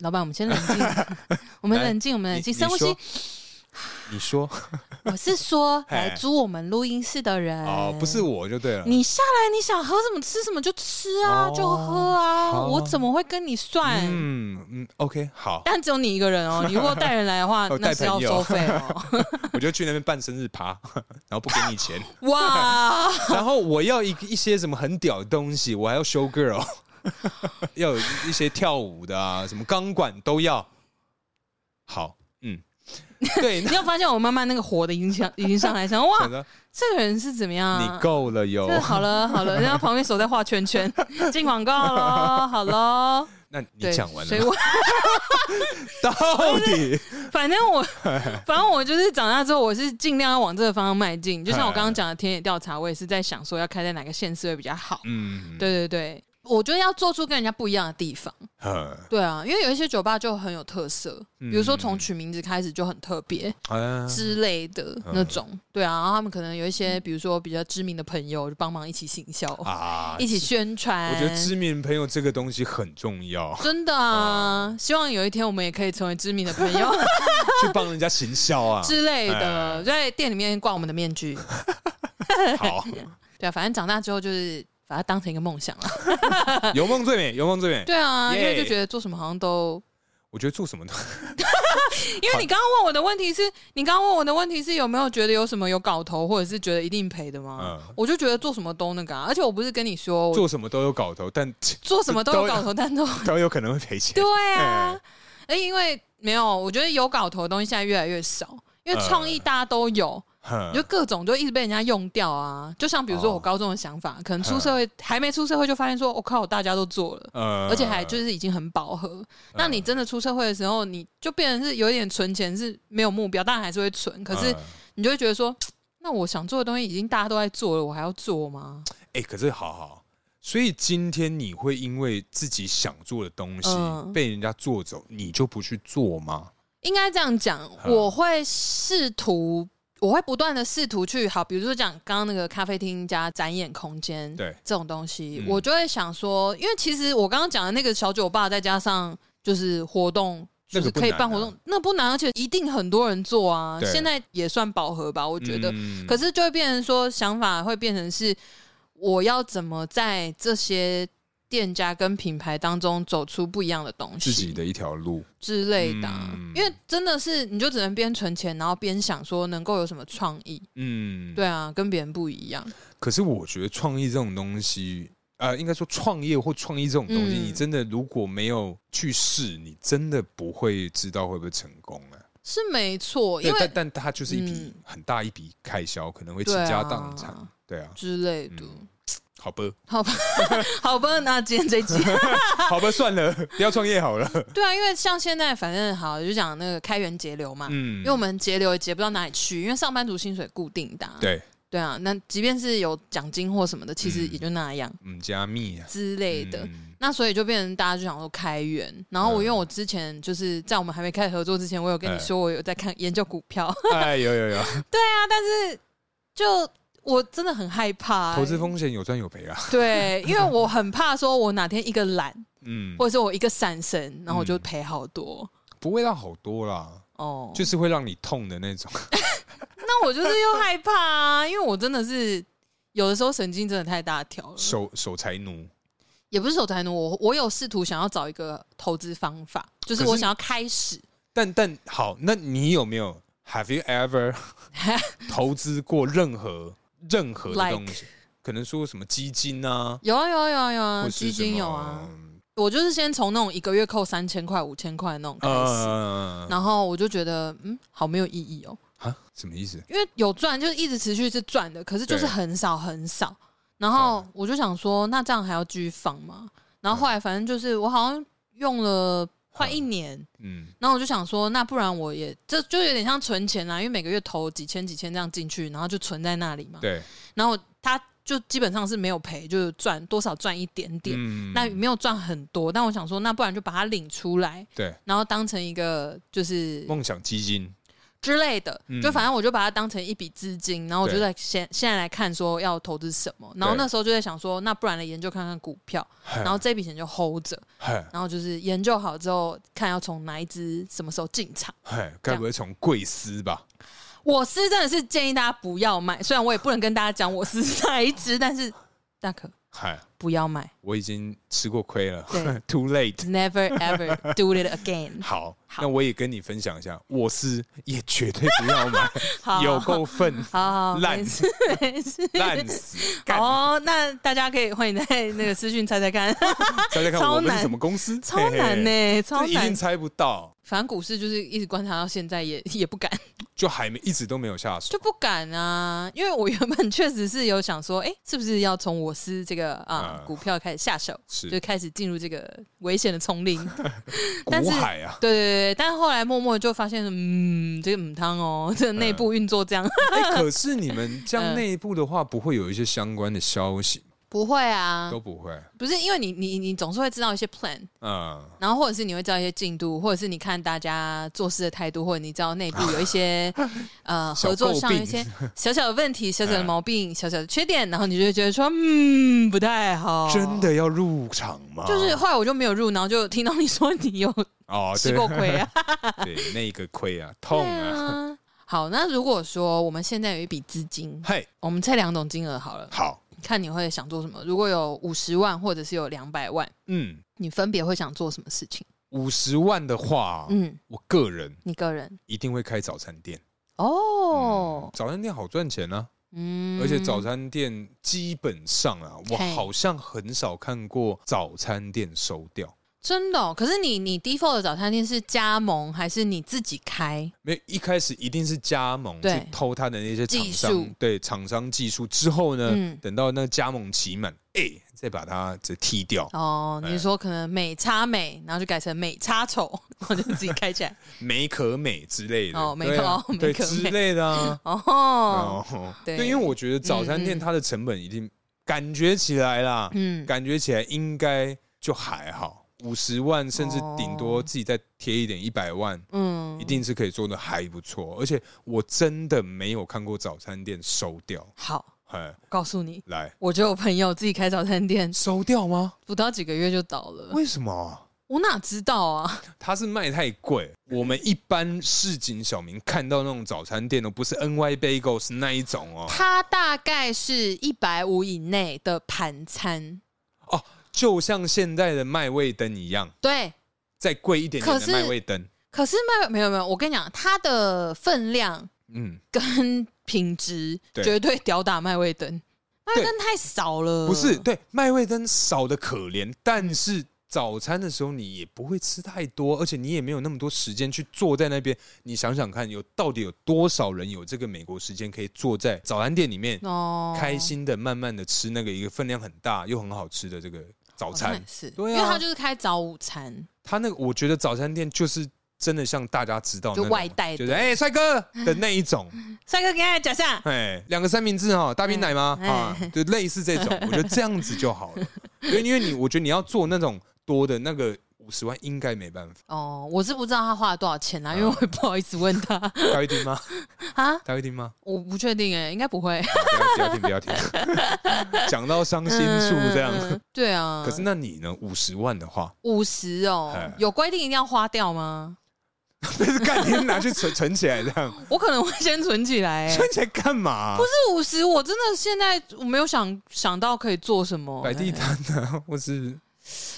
老板，我们先冷静，我们
来
冷静，我们冷静，
你
深呼吸
你。你说
我是说，
嘿
来租我们录音室的人
哦，不是。我就对了，
呃你下来，你想喝什么吃什么就吃啊，
哦
就喝啊，
好
我怎么会跟你算？
嗯嗯，OK，好，
但只有你一个人
[laughs]
哦，你如果带人来的话
哦，
那
带
是要
朋友
收费
[laughs]
哦。
我就去那边办生日趴， [laughs] 然后不给你
[laughs]
钱，
哇，
然后我要一一些什么很屌的东西，我还要 show girl，要有一些跳舞的啊，什么钢管都要。好，嗯，对，
[laughs] 你有发现我慢慢那个火的已经上已经上来，想
那，
哇这个人是怎么样啊？
你够了哟
这。好了好了，然后旁边手在画圈
[laughs]
圈，进广告喽，好喽。
那你
对，
讲完
所以
了吗，
我 [laughs]
到底
反正
[laughs]
我反正我就是长大之后，我是尽量要往这个方向迈进。就像我刚
嗯
刚讲的田野调查，我也是在想说要开在哪个县市会比较好。
嗯，
对对对，我觉得要做出跟人家不一样的地方。
呃，
对啊，因为有一些酒吧就很有特色，比如说从
嗯
取名字开始就很特别
啊
之类的那种。
嗯
对啊，然后他们可能有一些，比如说比较知名的朋友，就帮忙一起行销，
啊
一起宣传。，
我觉得知名朋友这个东西很重要
[laughs] 真的啊，希望有一天我们也可以成为知名的朋
[laughs]
友
去帮人家行销啊。
之类的，就在店里面挂我们的面具。
好，
对啊，反正长大之后就是把它当成一个梦想了。
有梦最美，有梦最美。
[laughs] 对啊，因为
Yeah
就觉得做什么好像都，
我觉得做什么都
因为你刚刚问我的问题是，你刚刚问我的问题是有没有觉得有什么有搞头，或者是觉得一定赔的吗？
嗯
我就觉得做什么都那个、啊，而且我不是跟你说我
做什么都有搞头，但 [laughs]
做什么都有
都
搞头，
[laughs]
但都
都有可能会赔钱。
对啊，哎，因为没有，我觉得有搞头的东西现在越来越少，因为创意
嗯
大家都有。
哼
就各种就一直被人家用掉啊。就像比如说
嗯哦嗯
我高中的想法，可能出社会还没出社会就发现说，我、靠，大家都做了。
呃
而且还就是已经很饱和，那
嗯
你真的出社会的时候，你就变成是有一点存钱是没有目标，当然还是会存，可是
哎、
你就会觉得说，那我想做的东西已经大家都在做了，我还要做吗？
诶哎可是好好，所以今天你会因为自己想做的东西
嗯
被人家做走，你就不去做吗？
应该这样讲，
嗯
我会试图，我会不断的试图去好，比如说讲刚刚那个咖啡厅加展演空间，
对，
这种东西，
嗯
我就会想说，因为其实我刚刚讲的那个小酒吧，再加上就是活动。就
那
是
个不
可以
难
办
啊
活动，那不难，而且一定很多人做啊。
对
现在也算饱和吧，我觉得。
嗯
可是就会变成说，想法会变成是，我要怎么在这些店家跟品牌当中走出不一样的东
自己
西
的一条路，
之类的啊、
嗯
因为真的是，你就只能边存钱，然后边想说能够有什么创意。
嗯，
对。啊，跟别人不一样。
可是我觉得创意这种东西。呃，应该说创业或创意这种东西，
嗯
你真的如果没有去试，你真的不会知道会不会成功啊。
是没错，因
对，
为
但但它就是一笔、
嗯
很大一笔开销，可能会倾
对啊
家荡产。对啊，
之类的。
嗯好吧，
好吧，好吧，那今天这一
[laughs]
集，
好吧，算了， [laughs] 不要创业好了。
[laughs] 对啊，因为像现在反正好就讲那个开源节流嘛，
嗯，
因为我们节流也节不到哪里去，因为上班族薪水固定的啊、
对
对啊，那即便是有奖金或什么的，其实也就那样
嗯，加密啊
之类的。
嗯
那所以就变成大家就想说开源，然后我因为我之前就是在我们还没开始合作之前，我有
嗯
跟你说我有在看研究股票 [laughs] 啊，
哎，有有有，
但是就我真的很害怕、
投资风险有赚有赔啊。
对，因为我很怕说我哪天一个懒，
嗯，
或者是我一个闪神，然后我就
嗯
赔好多
不会到好多啦，
哦。
就是会让你痛的那种。
那我就是又害怕啊，因为我真的是有的时候神经真的太大条了，
守守财奴，
也不是守财奴，我我有试图想要找一个投资方法，就是
可是
我想要开始，
但但好，那你有没有 Have you
[laughs]
ever 投资过任何任何的
Like
东西？可能说什么基金啊，
有啊有啊有啊有啊，
或是
基金
什么嗯
有啊，，我就是先从那种一个月扣三千块、五千块那种开始，
呃，
然后我就觉得嗯，好没有意义哦，
啊，什么意思？
因为有赚就是一直持续是赚的，可是就是
对
很少很少。然后我就想说，那这样还要继续放吗？然后后来反正就是我好像用了快一年，
嗯，
然后我就想说，那不然我也这就有点像存钱啊啦，因为每个月投几千几千这样进去，然后就存在那里嘛。
对，
然后他就基本上是没有赔，就是赚多少赚一点点。
嗯
那没有赚很多，但我想说，那不然就把它领出来，
对
然后当成一个就是
梦想基金，
之类的，
嗯
就反正我就把它当成一笔资金，然后我就
对
在现现在来看说要投资什么，然后
对嗯
那时候就在想说，那不然来研究看看股
[laughs]
票，
然
然后这笔钱就 hold 着，
嘿，
然后就是研究好之后看要从哪一只什么时候进场。
嘿，该不会从贵司吧？
我是真的是建议大家不要买，虽然我也不能跟大家讲我是哪一只，但是大可
嗨，
不要买
我已经吃过亏了
对
[laughs] ，too late。
，never ever do it again
好，
好
那我也跟你分享一下，我是也绝对不要买，
[laughs] 好。
有够愤
好好
烂
哦没事 [laughs] 没事。[laughs]
烂死！
好
干
哦，那大家可以欢迎在那个私讯猜猜看，
大家看
超
我们
难
是什么公司？
超难呢、
嘿嘿
超
这一
难
定。猜不到，
反正股市就是一直观察到现在也，也不敢，
就还没一直都没有下手
就。不敢啊！因为我原本确实是有想说，哎、是不是要从我司这个啊、
啊
股票开始下手，
是
就开始进入这个危险的丛林。但
古
是
海啊，
对对对，但后来默默就发现，嗯，这个母汤哦， [laughs] 这个
嗯
内部运作这样、 [laughs]
哎，可是你们这
嗯
样内部的话，不会有一些相关的消息，
不会啊
都，不会。
不是因为你你你总是会知道一些 plan，
嗯，
然后或者是你会知道一些进度，或者是你看大家做事的态度，或者你知道内部
[laughs]
有一些呃
小
合作上
诟
有
病嗯
一些 [laughs] 小小的问题、小小的毛病、小小的缺点，然后你就会觉得说，嗯，不太好。
真，的要入场吗？
就是后来我就没有入，然后就听到你说你有
哦，
吃
对
过亏啊，
对，那个
[laughs]
亏啊， [laughs] 痛啊！
啊。好，那如果说我们现在有一笔资金，
嘿，
我们猜两种金额好了，
好，
看你会想做什么。如果有五十万，或者是有两百万，
嗯，
你分别会想做什么事情？
五十万的话，
嗯，
我个人
你个人
一定会开早餐店。
哦
嗯，早餐店好赚钱啊，
嗯
而且早餐店基本上啊，我
嘿
好像很少看过早餐店收掉。
真的哦、可是你你 default 的早餐店是加盟还是你自己开？
没有一开始一定是加盟去
对
偷他的那些厂
技
商
术，
对厂商技术之后呢，
嗯
等到那个加盟期满，哎、再把它再踢掉，
哦，
哎
你是说可能美差美，然后就改成美差丑， [laughs] 然后就自己开起来。美
美可美之类的，
哦美
对啊
可哦
对
美可
之
美
类的啊。
哦，
哦
对
对，因为我觉得早餐店
嗯嗯
它的成本一定感觉起来啦，
嗯，
感觉起来应该就还好，五十万甚至顶多
哦
自己再贴一点一百万，
嗯
一定是可以做的还不错。而且我真的没有看过早餐店收掉，
好。
哎，
我告诉你，
来
我就有朋友自己开早餐店，
收掉吗？
不到几个月就倒了。
为什么啊？
我哪知道啊？
它是卖太贵，我们一般市井小民看到那种早餐店哦都不是 NY Bagel 是那一种哦，
它大概是一百五以内的盘餐，
就像现在的麦味登一样，
对。
再贵一点点
可
的
是
麦味登，
可是没有没有没有，我跟你讲，它的分量
嗯，
跟品质
对
绝对吊打麦味登，麦味登太少了，
不是，对麦味登少的可怜，但是早餐的时候你也不会吃太多，而且你也没有那么多时间去坐在那边。你想想看，有到底有多少人有这个美国时间可以坐在早餐店里面，
哦，
开心的慢慢的吃那个一个分量很大又很好吃的这个早
好像
餐
也？是，
对啊
因为他就是开早午餐，
他那个我觉得早餐店就是真的像大家知道那种
就外带的
就是哎帅哥的那一种，
帅哥给他假象，
哎，两个三明治哈，大冰奶吗？
哎
啊，就类似这
[laughs]
种，我觉得这样子就好了。因为因为你，我觉得你要做那种多的那个五十万，应该没办法。
哦，我是不知道他花了多少钱啊
啊
啦，因为我也不好意思问他 [laughs]
他会听吗？
啊，
他会听吗？
我不确定哎、应该不会。
不要不要听，不要听。讲到伤心处这样。
嗯对啊。
可是那你呢？五十万的话，
五十哦
哎，
有规定一定要花掉吗？
但是干你拿去存存起来这
[laughs]
样，
我可能会先存起来、欸。
存起来干嘛？不是
这五十，我真的现在我没有想想到可以做什么、
摆地
欸
摊啊，或是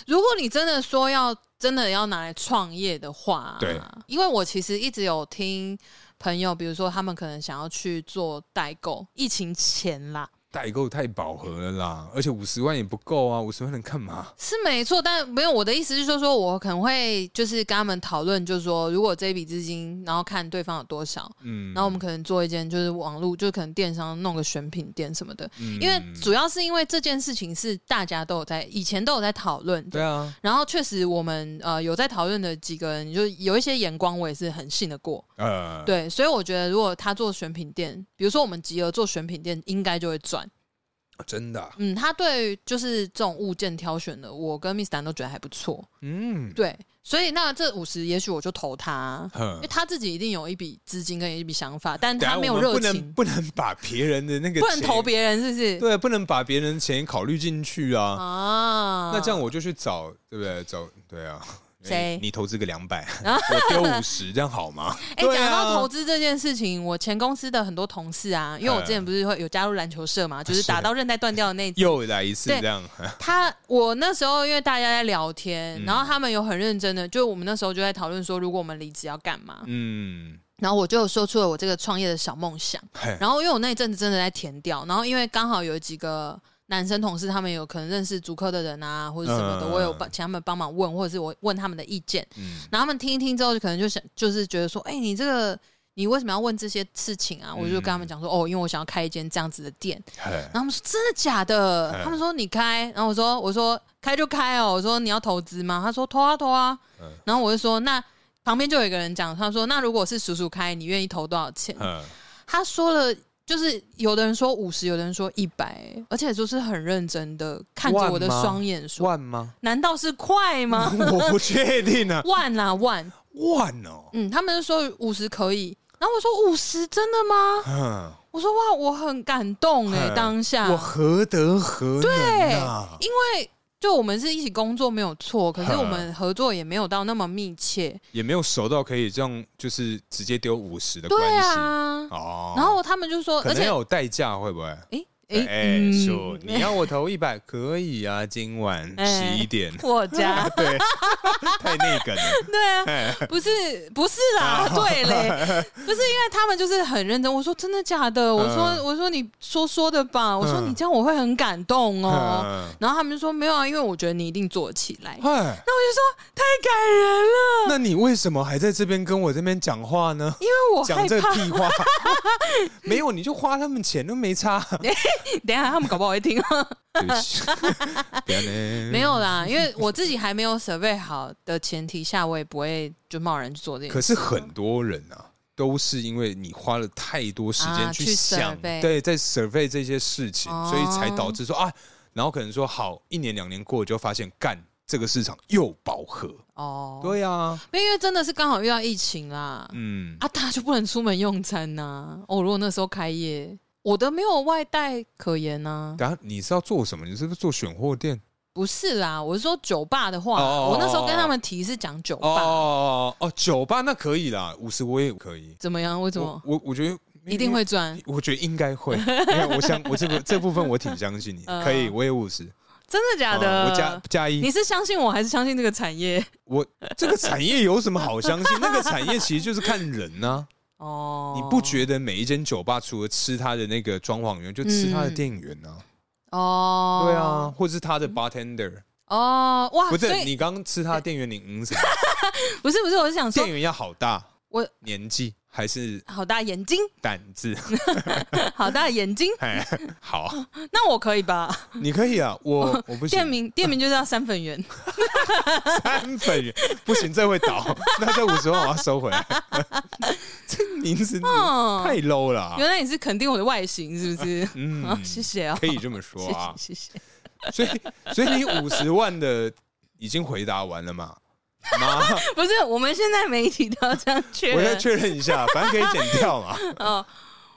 如果你真的说要真的要拿来创业的话，啊
对，
因为我其实一直有听朋友，比如说他们可能想要去做代购，疫情前啦
代购太饱和了啦，而且五十万也不够啊，五十万能干嘛？
是没错，但没有我的意思是说，说我可能会就是跟他们讨论，就是说如果这一笔资金，然后看对方有多少，
嗯，
然后我们可能做一件就是网络，就可能电商弄个选品店什么的。
嗯
因为主要是因为这件事情是大家都有在以前都有在讨论的
对，啊，
然后确实我们呃有在讨论的几个人，就有一些眼光我也是很信得过，
呃，
对，所以我觉得如果他做选品店，比如说我们集合做选品店，应该就会赚。
真的啊，
嗯，他对于就是这种物件挑选的，我跟 Miss Dan 都觉得还不错，
嗯，
对，所以那这五十也许我就投他。因
哼
为他自己一定有一笔资金跟一笔想法，但
嗯等
他
下
没有
我们
热
不
情
能，不能把别人的那个
不能
钱
投别人，是不是？
对，不能把别人的钱考虑进去啊。
啊，
那这样我就去找，对不对？找对啊，
谁
你你投资个两
[laughs]
百，我丢五十，这样好吗？
哎，
对
讲、到
啊
投资这件事情，我前公司的很多同事啊，因为我之
嗯
前不是会有加入篮球社嘛，就是打到韧带断掉的那一
[laughs]
集。
又来一次
对
这样，
他我那时候因为大家在聊天，
嗯
然后他们有很认真的，就我们那时候就在讨论说，如果我们离职要干嘛，
嗯，
然后我就说出了我这个创业的小梦想。
嘿
然后因为我那一阵子真的在填掉，然后因为刚好有几个男生同事，他们有可能认识足科的人啊，或者什么的，
嗯
我有帮请他们帮忙问，或者是我问他们的意见，
嗯
然后他们听一听之后，就可能就想就是觉得说，哎、你这个你为什么要问这些事情
嗯
啊？我就跟他们讲说，哦，因为我想要开一间这样子的店。
嘿
然后他们说真的假的？
嗯
他们说你开，然后我说我说开就开哦，我说你要投资吗？他说投啊投啊
嗯。
然后我就说那旁边就有一个人讲，他说那如果是叔叔开，你愿意投多少钱？
[laughs] 嗯，
他说了。就是有的人说五十，有的人说一百，而且就是很认真的看着我的
万吗
双眼说
万吗？：“
难道是快吗？
[laughs] 我不确定啊，
万啦万，
万哦，
嗯，他们就说五十可以，然后我说五十真的吗？
嗯，
我说哇，我很感动哎、
哎
当下
我，何德何能啊？
因为就我们是一起工作没有错，可是
哎
我们合作也没有到那么密切，
也没有熟到可以这样，就是直接丢五十的关
对
系
啊。
哦。
然后他们就说， [laughs]
可
而
能
且
有代价，会不会？
诶诶，
哎，
嗯 [laughs]
叔，你要我投一百可以啊，今晚十
哎，
一点
[laughs] 我
[laughs]
家
对，太那
[laughs]
个了，
对啊，
哎，
不是不是啦，
哦
对嘞，
[laughs]
不是因为他们就是很认真。我说真的假的？我说、
嗯
我说你说说的吧，我说
嗯
你这样我会很感动哦。
嗯
然后他们就说没有啊，因为我觉得你一定做得起来。
哎，
太感人了，
那你为什么还在这边跟我这边讲话呢？
因为我
讲
害
这
怕。
屁话，没有你就花他们钱都
[laughs]
没差。
[laughs] 等一下他们搞不好会听，哦
对不起， [laughs] 不要呢
[laughs] 没。有
嗯
啦，因为我自己还没有 survey 好的前提下，我也不会就贸然去做这件
可
事。
是很多人啊，都是因为你花了太多时间
啊去
想，
survey
对，在 survey 这些事情，
哦
所以才导致说啊，然后可能说好一年两年过，就发现干这个市场又饱和。
哦，
对啊，
因为真的是刚好遇到疫情啦，
嗯，
啊，大家就不能出门用餐呐、哦，如果那时候开业，我的没有外带可言呐、
然后你是要做什么？你是不是做选货店？
不是啦，我是说酒吧的话，
哦
我那时候跟他们提是讲酒吧，
哦哦，酒吧那可以啦，五十我也可以。
怎么样？为什么
我我我觉得
一定。会赚？
我觉得应该会， [laughs] 因为我想我这个这部分我挺相信你，
[laughs] 嗯
可以，我也五十，
真的假
嗯
的？
我加加一，
你是相信我还是相信这个产业？
我这个产业有什么好相
[laughs]
信？那个产业其实就是看人呢、
哦，
你不觉得每一间酒吧除了吃它的那个装潢员，就吃它的店员呢、
嗯哦，
对啊，，或是他的 bartender，、
哦，哇，
不
所
是
以 [laughs]
你刚刚吃他的店员，你嗯什么？
不是不是，我是想说
店，员要好大，
我
年纪还是
好大眼睛， [laughs]
胆子？
好大眼睛， [laughs]
哎，好，
那我可以吧？
你可以啊，
[laughs]
我我不
店
行，啊
名店名就叫三粉圆，
三粉圆不行，这会
[laughs]
倒，那这五十万我要收回来。 [laughs] 这名字
哦
[laughs] 太 low 了啊，
原来你是肯定我的外形是不是？啊
嗯，
谢谢 [laughs] 哦，
可以这么说
[laughs] 谢
啊
谢。谢谢。 [laughs]
所以，所以你五十万的已经回答完了
[laughs]
嘛？妈，
不是，我们现在媒体都要这样确
我再
认。
确认一下，反正可以剪掉
[laughs]
嘛。
哦，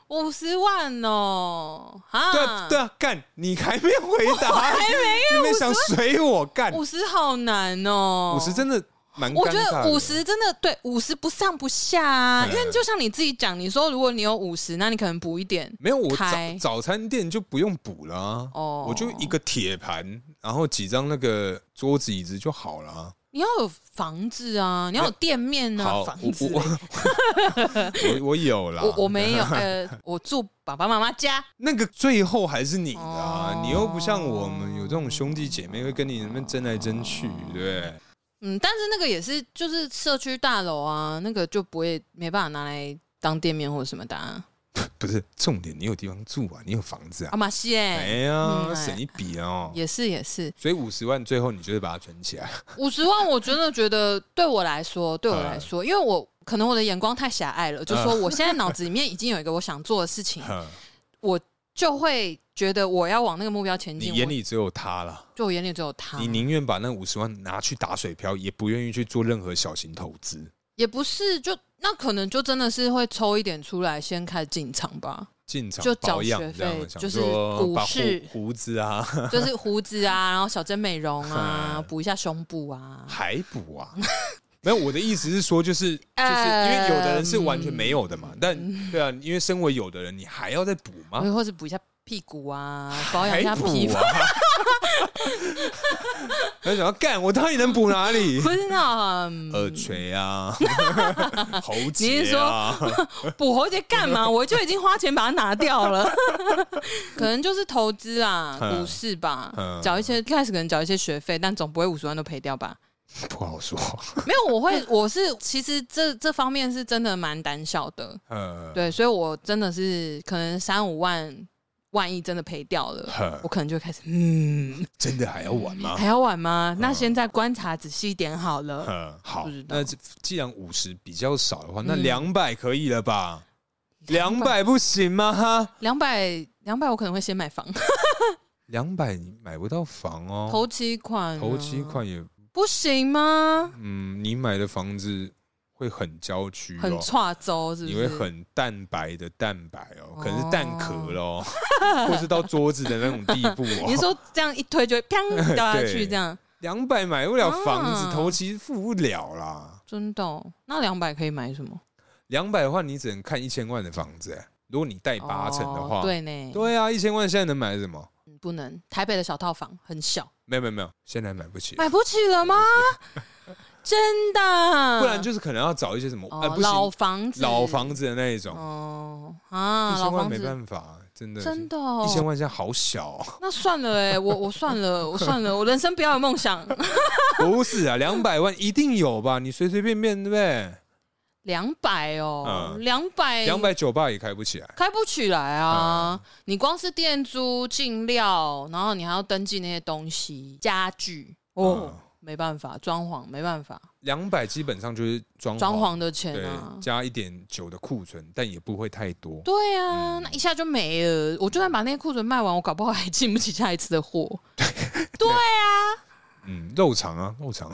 五十万哦，
对啊
啊，
对啊，干，你还没回
[laughs]
答，还没，你们想随我干？
五十好难哦，
五十真的蛮尴尬
我
的，
觉得五十真的对五十不上不下啊，
嗯
因为就像你自己讲，你说如果你有五十，那你可能补一点
没有，我早
开
早餐店就不用补了啊。
哦。
我就一个铁盘，然后几张那个桌子椅子就好了啊。
你要有房子啊，你要有店面啊，
好，
房
我
子
我
嘞。
[laughs] 我我我有啦。
我我没
[laughs]
有，呃，我住爸爸妈妈家，
那个最后还是你的啊，
哦
你又不像我们有这种兄弟姐妹会跟你那边争来争去，对不对？
嗯，但是那个也是就是社区大楼啊，那个就不会没办法拿来当店面或者什么的啊。
不是重点，你有地方住啊，你有房子啊
阿，玛西
哎
哎，
呀，
嗯
省一笔哦。
也是也是，
所以五十万最后你就是把它存起来，
五十万，我真的觉得对我来说，对我
嗯
来说，因为我可能我的眼光太狭隘了，就说我现在脑子里面已经有一个我想做的事
[laughs]
情，
哼
我就会觉得我要往那个目标前
你
进。
眼
我
里只有他了，
就我眼里只有他
你，宁愿把那五十万拿去打水漂，也不愿意去做任何小型投资。
也不是就那可能就真的是会抽一点出来，先开始进场吧，
进场
就缴
保养
学
这样，
费
想
就是
说
股
把胡
市
胡子啊 [laughs]
就是胡子啊，然后小针美容啊
嗯，
补一下胸部啊，
还补啊。 [laughs] 没有，我的意思是
[laughs]
说，就是就是因为有的人是完全没有的
呃嗯
嘛，但对啊，因为身为有的人，你还要再补吗？
或者补一下屁股
[laughs]
啊，保养
还
一下
补
皮肤。
啊！他想要干， [laughs] 我到底能补
[laughs]
哪里？
[laughs] 不是那种
耳垂
[laughs]
啊，喉
嗯你是
结啊，
嗯补喉结干
[laughs]
嘛？我就已经花钱把它拿掉了， [laughs] 可能就是投资啊，
嗯
股市吧
嗯，
缴一些一开始可能缴一些学费，但总不会五十万都赔掉吧？
[laughs] 不好说。
没有，我会， [laughs] 我是其实这这方面是真的蛮胆小的，
呃， [laughs]
对，所以我真的是可能三五万，万一真的赔掉了。
呵
我可能就开始，嗯，
真的还要玩吗？
还要玩
啊
吗？那现在观察仔细一点好了，
呃，好
嗯不知，道
那这既然五十比较少的话，那
嗯
两百可以了吧？两百不行吗？哈，
两百两百，我可能会先买房，
两百你买不到房哦，
头啊期款，
头期，款也，
不行吗？
嗯，你买的房子会很郊区
很
哦。
跨州，是不是？
你会很蛋白的蛋白哦，
哦
可能是蛋壳咯， [laughs] 或是到桌子的那种地步
[laughs] 你是
哦。
说这样一推就会砰
[laughs]
掉下去，
对
这样
两百买不了房子，
啊
头期付不了啦。
真的哦、那两百可以买什么？
两百的话，你只能看一千万的房子、哎如果你贷八成的话，
哦对呢，
对啊，一千万现在能买什么？
嗯不能。台北的小套房很小，
没有没有没有，现在买不起，
买不起了
[laughs]
吗？真的？
不然就是可能要找一些什么，
哦、
哎、不
老
行，
房子，
老房子的那一种，
哦啊，
一
老
千万
房
没
子。
办法，真的，
真的、哦
一，千万现在好小、哦， [laughs]
那算了哎、我我算了，我算了，我人生不要有梦想。
不是啊，两百万一定有吧？你随随便便对不对？
两百哦，
嗯
两百
两百嗯酒吧也开不起来。
开不起来啊！你光是店租、进料，然后你还要登记那些东西、家具哦，
嗯
没办法，装潢没办法，
两百基本上就是装
装潢的钱
对
啊，
加一点酒的库存，但也不会太多。
对
嗯
啊，那一下就没了。我就算把那些库存卖完，我搞不好还 [laughs] 进不起下一次的货。对啊，
嗯，肉肠啊，肉肠，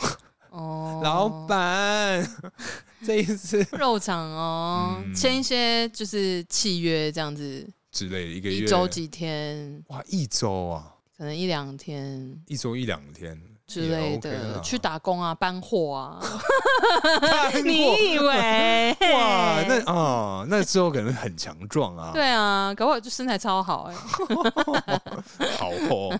哦，
[laughs] 老板， [laughs] 这一次
肉厂哦
嗯，
签一些就是契约这样子，
之类的一个月
一周几天，
哇，一周啊，
可能一两天。
一周一两天
之类的，去打工啊，搬货
[laughs]
啊，
打 [laughs]
你以为？
哇，那啊、那之后可能很强壮啊，
[laughs] 对啊，搞不好就身材超好哎、
好哦。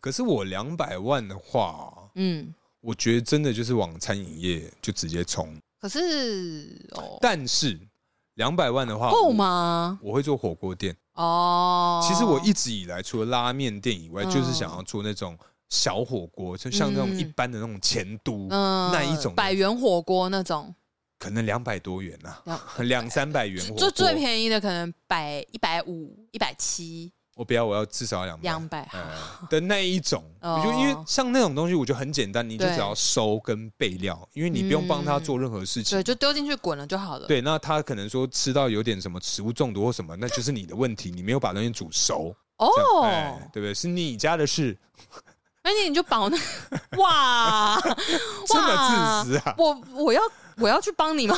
可是我两百万的话，
嗯，
我觉得真的就是往餐饮业就直接冲。
可是哦，
[laughs] 但是两百万的话，
够吗？
我？我会做火锅店。
哦，
其实我一直以来，除了拉面店以外，
嗯
就是想要做那种小火锅，就像那种
嗯
一般的那种前都。
嗯
那一种
百元火锅那种，
可能两百多元呐、
两
啊， [laughs] 两三百元
就
火
就
锅。
最便宜的可能百一百五、一百七、
我不要，我要至少要两
两百，
呃的那一种，
哦
我就因为像那种东西，我觉得很简单，你就
对嗯
只要收跟备料，因为你不用帮他做任何事情
对，。就丢进去滚了就好了。
对，那他可能说吃到有点什么食物中毒或什么，那就是你的问题，你没有把东西煮熟，这
哦，
样哎对不对？是你家的事，
而且你就保那 [laughs] 哇
[laughs] 这么自私啊！ [laughs]
我我要我要去帮你吗？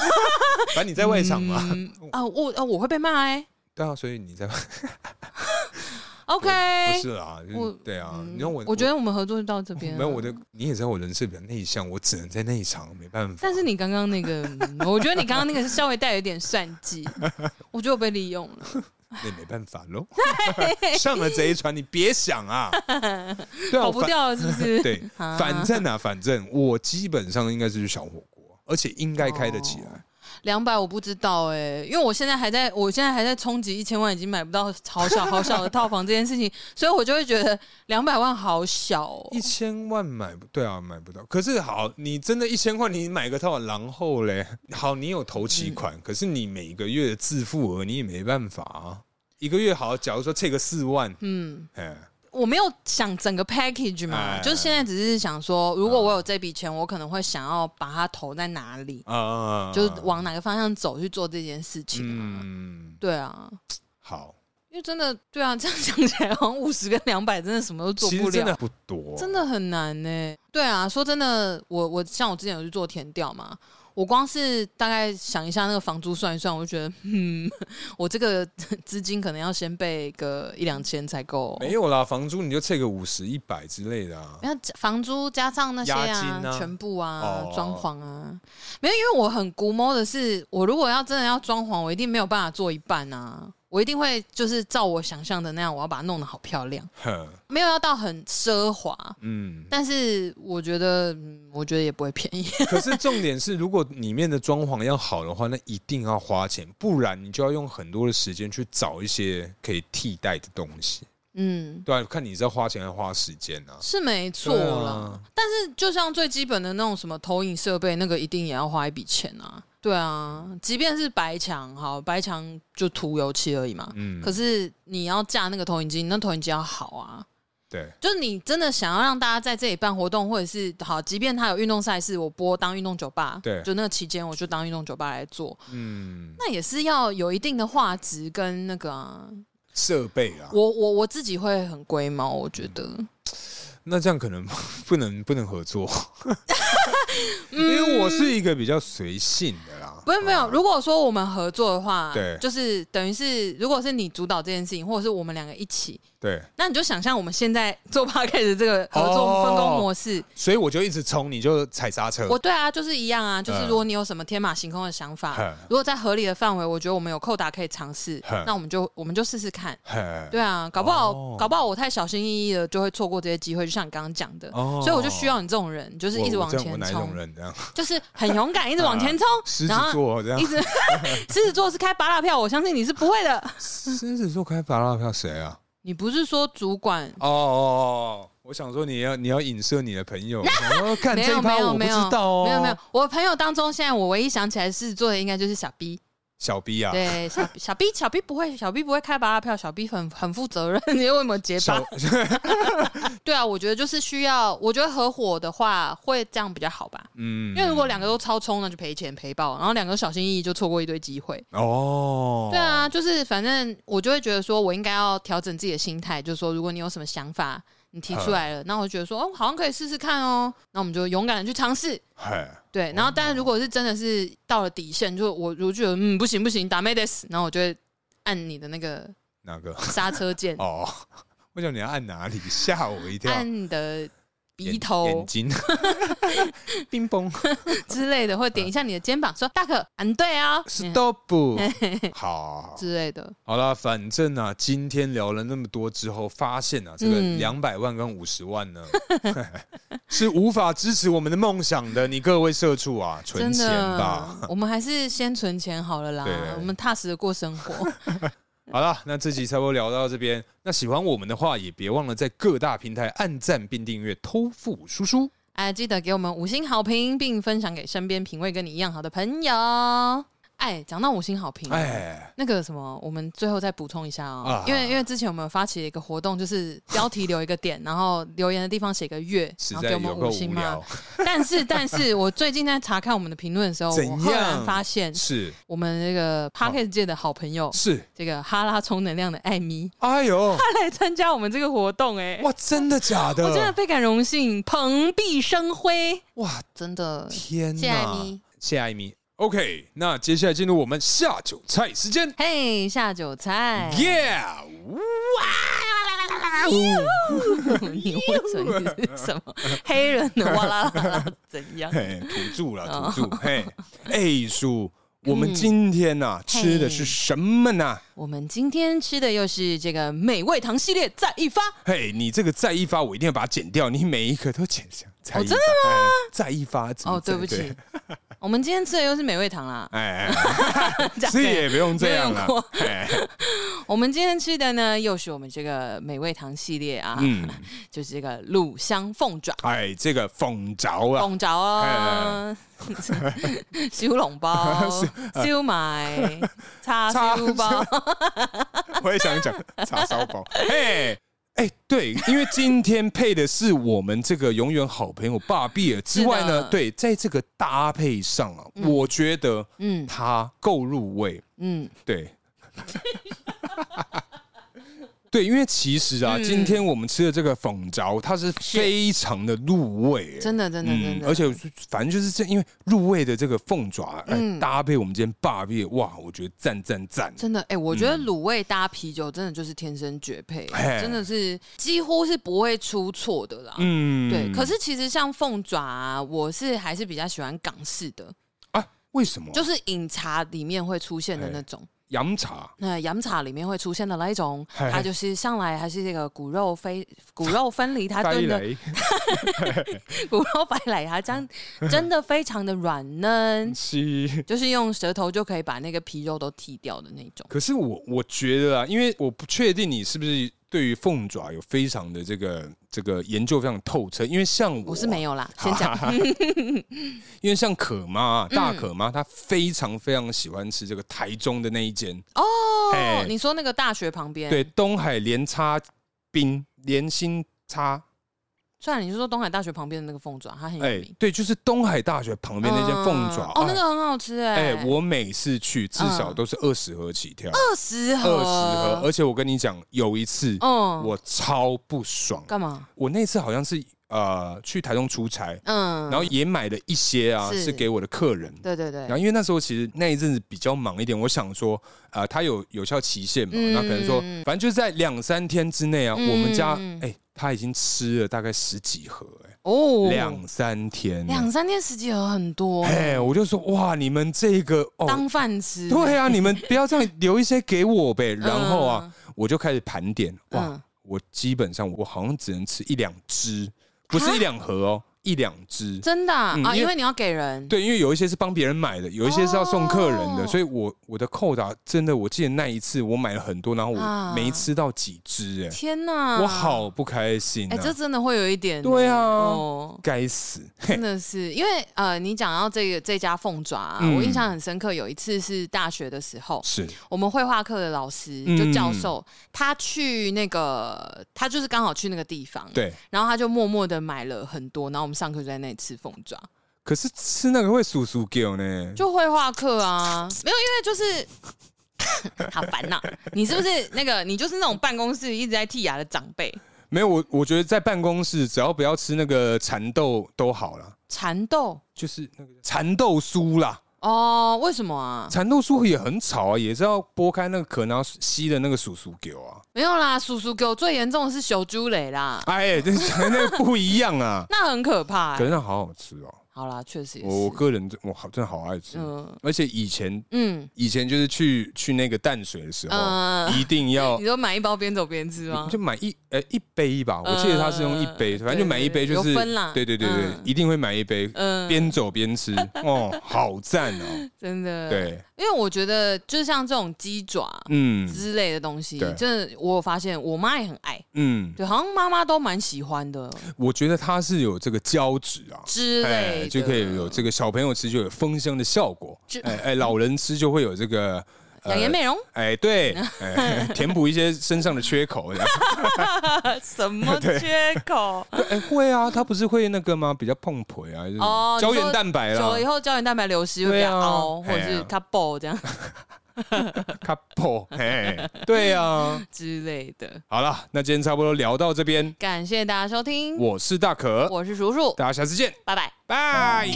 反正你在外场嘛，
嗯啊，我啊我会被骂哎、
对啊，所以你在 [laughs]
OK，
不是啊，就是
哎我
对啊，
嗯
你看我，
我觉得我们合作就到这边。
[laughs] 没有我。的，你也知道我人设比较内向，我只能在那一场，没办法。
[laughs] 但是你刚刚那个，嗯我觉得你刚刚那个是稍微带有点算
[laughs]
计，我觉得我被利用了。
那也没办法喽。上了贼船，你别想
[laughs]
啊！对啊，
跑不
反
掉了是不是？
对，
啊
反正啊，反正我基本上应该是去小火锅，而且应该开得起来。
两百我不知道哎、因为我现在还在，我现在还在冲击一千万，已经买不到好小好小的套房这件事情，所以我就会觉得两百万好小、哦。
一千万买不对啊，买不到。可是好，你真的一千块，你买个套，然后嘞，好，你有头期款，
嗯
可是你每个月的自付额你也没办法啊。一个月好，假如说这个四万，
嗯，
哎，
我没有想整个 package 嘛，
哎嗯
就是现在只是想说，如果我有这笔钱，我可能会想要把它投在哪里，
啊，
就是往哪个方向走去做这件事情啊。
嗯，
对啊，
好，
因为真的，对啊，这样想起来，好像五十跟两百真的什么都做
其
不
实真的
了。
不多，
真的很难呢、对啊，说真的，我我像我之前有去做填调嘛，我光是大概想一下那个房租算一算，我就觉得，嗯， [laughs] 我这个资金可能要先备个一两千才够、哦
没有啦，房租你就凑个五十、一百之类的啊。
没有房租加上那些
押
啊，
金啊
全部啊
哦，
装、潢啊，没有，因为我很估摸的是，我如果要真的要装潢，我一定没有办法做一半啊，我一定会就是照我想象的那样，我要把它弄得好漂亮，
哼，
没有要到很奢华，，
嗯
但是我觉得，嗯我觉得也不会便宜。 [laughs]
可是重点是，如果里面的装潢要好的话，那一定要花钱，不然你就要用很多的时间去找一些可以替代的东西。
嗯，
对、啊，看你是要花钱还是花时间啊？
是没错
对
啦。
啊，
但是就像最基本的那种什么投影设备，那个一定也要花一笔钱啊。对啊，即便是白墙，好，白墙就涂油漆而已嘛。
嗯
可，是你要架那个投影机，那投影机要好啊。
对，
就是你真的想要让大家在这里办活动，或者是好，即便它有运动赛事，我播当运动酒吧，
对
就那个期间我就当运动酒吧来做，
嗯，
那也是要有一定的画质跟那个啊，
设备啊，嗯
我我我自己会很龟毛，我觉得，
那这样可能 [laughs] 不能不能
[laughs]
合作，因为我是一个比较随性的啦。
嗯不是没有，如果说我们合作的话，
啊对
就是等于是如果是你主导这件事情，或者是我们两个一起，
对，
那你就想象我们现在做 [laughs] p o d c a s 这个合
哦
作分工模式，
所以我就一直冲，你就踩刹 [laughs] 车。
我对啊，就是一样啊，就是
嗯
如果你有什么天马行空的想法，
哼
如果在合理的范围，我觉得我们有扣打可以尝试
哼，
那我们就我们就试试看。
嘿
对啊，搞不好、
嗯哦
搞不好我太小心翼翼了，就会错过这些机会。就像你刚刚讲的，
哦
所以我就需要你这种人，就是一直
我
往
我这样
前
我哪一
冲
种，人嗯这样？
就是很勇敢，一直
[laughs]
往前冲
狮，子
然后
座这样
一，直 [laughs] 狮子座是开八大票，我相信你是不会的。
狮子座开发拉票谁啊？
你不是说主管？
哦哦哦，我想说你要你要影射你的
[laughs]
朋友，我想说看
没
这
有没
一趴
有
我不
没有
知道哦，
没有没有，我朋友当中现在我唯一想起来狮子座的应该就是小 B，
小 B 啊，
对小小 B 小 B 不会小 B 不会开八大票，小 B 很很负责任， [laughs] 你为什么结巴
小？
对啊，我觉得就是需要，我觉得合伙的话会这样比较好吧，
嗯
因为如果两个都超冲，那就赔钱赔爆，然后两个都小心翼翼就错过一堆机会。
哦，
对，啊，就是反正我就会觉得说，我应该要调整自己的心态，就是说，如果你有什么想法，你提
嗯
出来了，那我就觉得说，哦，好像可以试试看哦，那我们就勇敢的去尝试。
嘿，
对，然后但是如果是真的是到了底线，就我如觉得嗯不行不行，打妹的死，然后我就会按你的那个
哪个？
刹车键，
哦， [laughs] 我想你要按哪里，吓我一跳，
按你的
眼
鼻
眼
头 [laughs]
睛，冰崩
之类的，或点一下你的肩膀，说大可，嗯对啊，嗯 [laughs]
，stop，好，
之类的，
好啦，反正啊，今天聊了那么多之后，发现啊，这个
嗯
两百万跟五十万呢， [laughs] 是无法支持我们的梦想的。你各位社畜啊，存
真
钱吧。
[laughs] 的，我们还是先存钱好了啦
对，
我们踏实的过生
[laughs]
活。
好啦，那这集差不多聊到这边。那喜欢我们的话，也别忘了在各大平台按赞并订阅“偷富叔叔”。
哎，记得给我们五星好评，并分享给身边品味跟你一样好的朋友。哎，讲到五星好评，
哎，
那个什么，我们最后再补充一下哦，
啊
因为因为之前我们有发起一个活动，就是标题留一个点，然后留言的地方写个月，
实
然后
在
给
有
我们
够
五
无
星嘛 [laughs]
聊。， [laughs]
但是但是我最近在查看我们的评论的时候，
怎
我赫然
样
发现
是
我们那个 p a c k e t 界的好朋友，
是，
这个哈拉充能量的艾米， [laughs]
哎呦，
她来参加我们这个活动、哎，
哇，真的假
我真的
的？
倍感荣幸，蓬荜生辉，
哇，
真的。
天
谢谢艾
哪
米！
谢艾米。OK，那接下来进入我们下酒菜时间。
嘿下酒菜 [laughs]
Yeah，
你为什么你是什么黑人的哇啦啦啦怎
[laughs]
样？
嘿，土著了，
哦
土
[laughs]
著。嘿，哎叔，我们今天呐、吃的是什么呢？
我们今天吃的又是这个美味堂系列再一发，
嘿，你这个再一发，我一定要把它剪掉，你每一个都剪上。再
哦
一发
真的
哎再一发，怎么
哦，对不起，，我们今天吃的又是美味堂啦。
哎，
[laughs]
哎是也不用这样
没有用
了
过。
哎
我们今天吃的呢，又是我们这个美味堂系列啊，
嗯，
就是这个卤香凤爪。
哎，这个凤爪啊，
凤爪
哎
啊， [laughs] 小笼
[laughs]
包、
啊
烧麦、叉烧包，
[laughs] 我也想讲叉烧包。哎哎，对，因为今天配的是我们这个永远好朋友巴比尔之外
是的，
呢对，在这个搭配上啊，我觉得
嗯
它够入味。
嗯，
对， [laughs] 对，因为其实
嗯
啊，今天我们吃的这个凤爪，它是非常的入
[laughs]
味，
真的真的真的，
嗯而且反正就是这，因为入味的这个凤爪，哎、
嗯
搭配我们今天霸业，哇，我觉得赞赞赞！
真的，哎、我觉得
嗯
卤味搭啤酒真的就是天生绝配，
嘿
真的是几乎是不会出错的啦。
哎嗯，
对，可是其实像凤爪、啊，我是还是比较喜欢港式的，
啊，为什么？就
就是饮茶里面会出现的那种，
洋茶
那洋茶里面会出现的那一种，
嘿
它就是上来还是这个骨肉
[laughs]
非骨肉分离，它
带
啊炖的
[laughs] 来
骨肉白奶茶酱
嗯
真的非常的软嫩，
是。
就是用舌头就可以把那个皮肉都剃掉的那种。
可是我我觉得啊，因为我不确定你是不是对于凤爪有非常的这个这个研究非常透彻，因为像我
我是没有啦，
好
先
[laughs]
讲，
因为像可妈啊
嗯
大可妈，她非常非常喜欢吃这个台中的那一间哦，
哦
哎，
你说那个大学旁边，
对，，东海连叉冰连心叉，
虽然你是说东海大学旁边的那个凤爪，它很有
哎
名，，
对，就是东海大学旁边那间凤爪
嗯，哦，那个很好吃哎，
哎，哎，我每次去至少都是二十盒起跳，
二十
二
盒，
十盒，，而且我跟你讲，有一次
嗯，
我超不爽，
干嘛？
我那次好像是呃去台中出差，
嗯，
然后也买了一些啊，
是
是给我的客人，
对对对
然，后因为那时候其实那一阵子比较忙一点，我想说，呃，它有有效期限嘛，
嗯
那可能说，反正就是在两三天之内啊，
嗯
我们家
嗯
哎、他已经吃了大概十几盒、哎、
哦，
两三天，
两三天十几盒很多，
哎、我就说哇，你们这个哦。
哦当饭吃，嗯
对啊，你们不要这样留一些给
[laughs]
我呗。然后啊，我就开始盘点，哇，
嗯
我基本上我好像只能吃一两只，不
啊
是一两盒哦，一两只。
真的啊，
嗯
啊
因为
因为你要给人，
对，因为有一些是帮别人买的，有一些是要送客人的，
哦
所以我我的扣打真的，我记得那一次我买了很多，然后
啊
我没吃到几只、哎、
天哪，
我好不开心、啊！
哎、这真的会有一点，
对啊
哦、
该死！
真的是因为呃，你讲到这个这家凤爪、啊，
嗯
我印象很深刻。有一次是大学的时候，
是
我们绘画课的老师
嗯
就教授，他去那个，他就是刚好去那个地方，，
对，
然后他就默默的买了很多，然后我们上课就在那里吃凤爪，
可是吃那个会叔叔给我呢，
就绘画课啊，没有，因为就是。好烦呐、你是不是那个？你就是那种办公室一直在剔牙的长辈，
没有我，我觉得在办公室只要不要吃那个蚕豆都好了，
蚕豆
就是那个蚕豆酥啦，
哦？为什么啊？
蚕豆酥也很吵啊，也是要剥开那个壳，然后吸的那个叔叔给我啊，
没有啦，叔叔给我最严重的是小猪雷啦，
哎，这那个不一样
[laughs]
啊，
那很可怕、
可
欸。
是那好好吃哦、
好啦，确实也
我我哦
是。
个人真我好真的好爱吃，
嗯
而且以前
嗯
以前就是去去那个淡水的时候，
嗯，
一定要
[laughs] 你。说买一包边走边吃吗
哦
嗯
就？买一呃一杯吧，我记得他是用一杯，反正就买一杯，就是
有分啦
对对对对
嗯，
一定会买一杯，
嗯，
边走边吃，哦，好赞哦，
真的。
对，
因为我觉得就像这种鸡爪
嗯
之类的东西，
对
真的我有发现我妈也很爱，
嗯，
对，好像妈妈都蛮喜欢的
我觉得它是有这个胶质啊。
之类的，
就可以有这个小朋友吃就有丰香的效果
就，
哎哎，老人吃就会有这个
养颜
[laughs]
美容
哎，
[laughs]
对，哎，填补一些身上的缺口。这样
什么缺口？
哎，会啊，它不是会那个吗？比较碰腿啊，就是
哦
胶
你说
原蛋白
久
啦
了以，后胶原蛋白流失会比较凹，
哎对
或者
啊哎
是
呀
它爆这样
它破，哎，对啊。
之类的。
好了，那今天差不多聊到这边，
感谢大家收听，
我是大可，
我是叔叔，
大家下次见，
拜拜。
拜。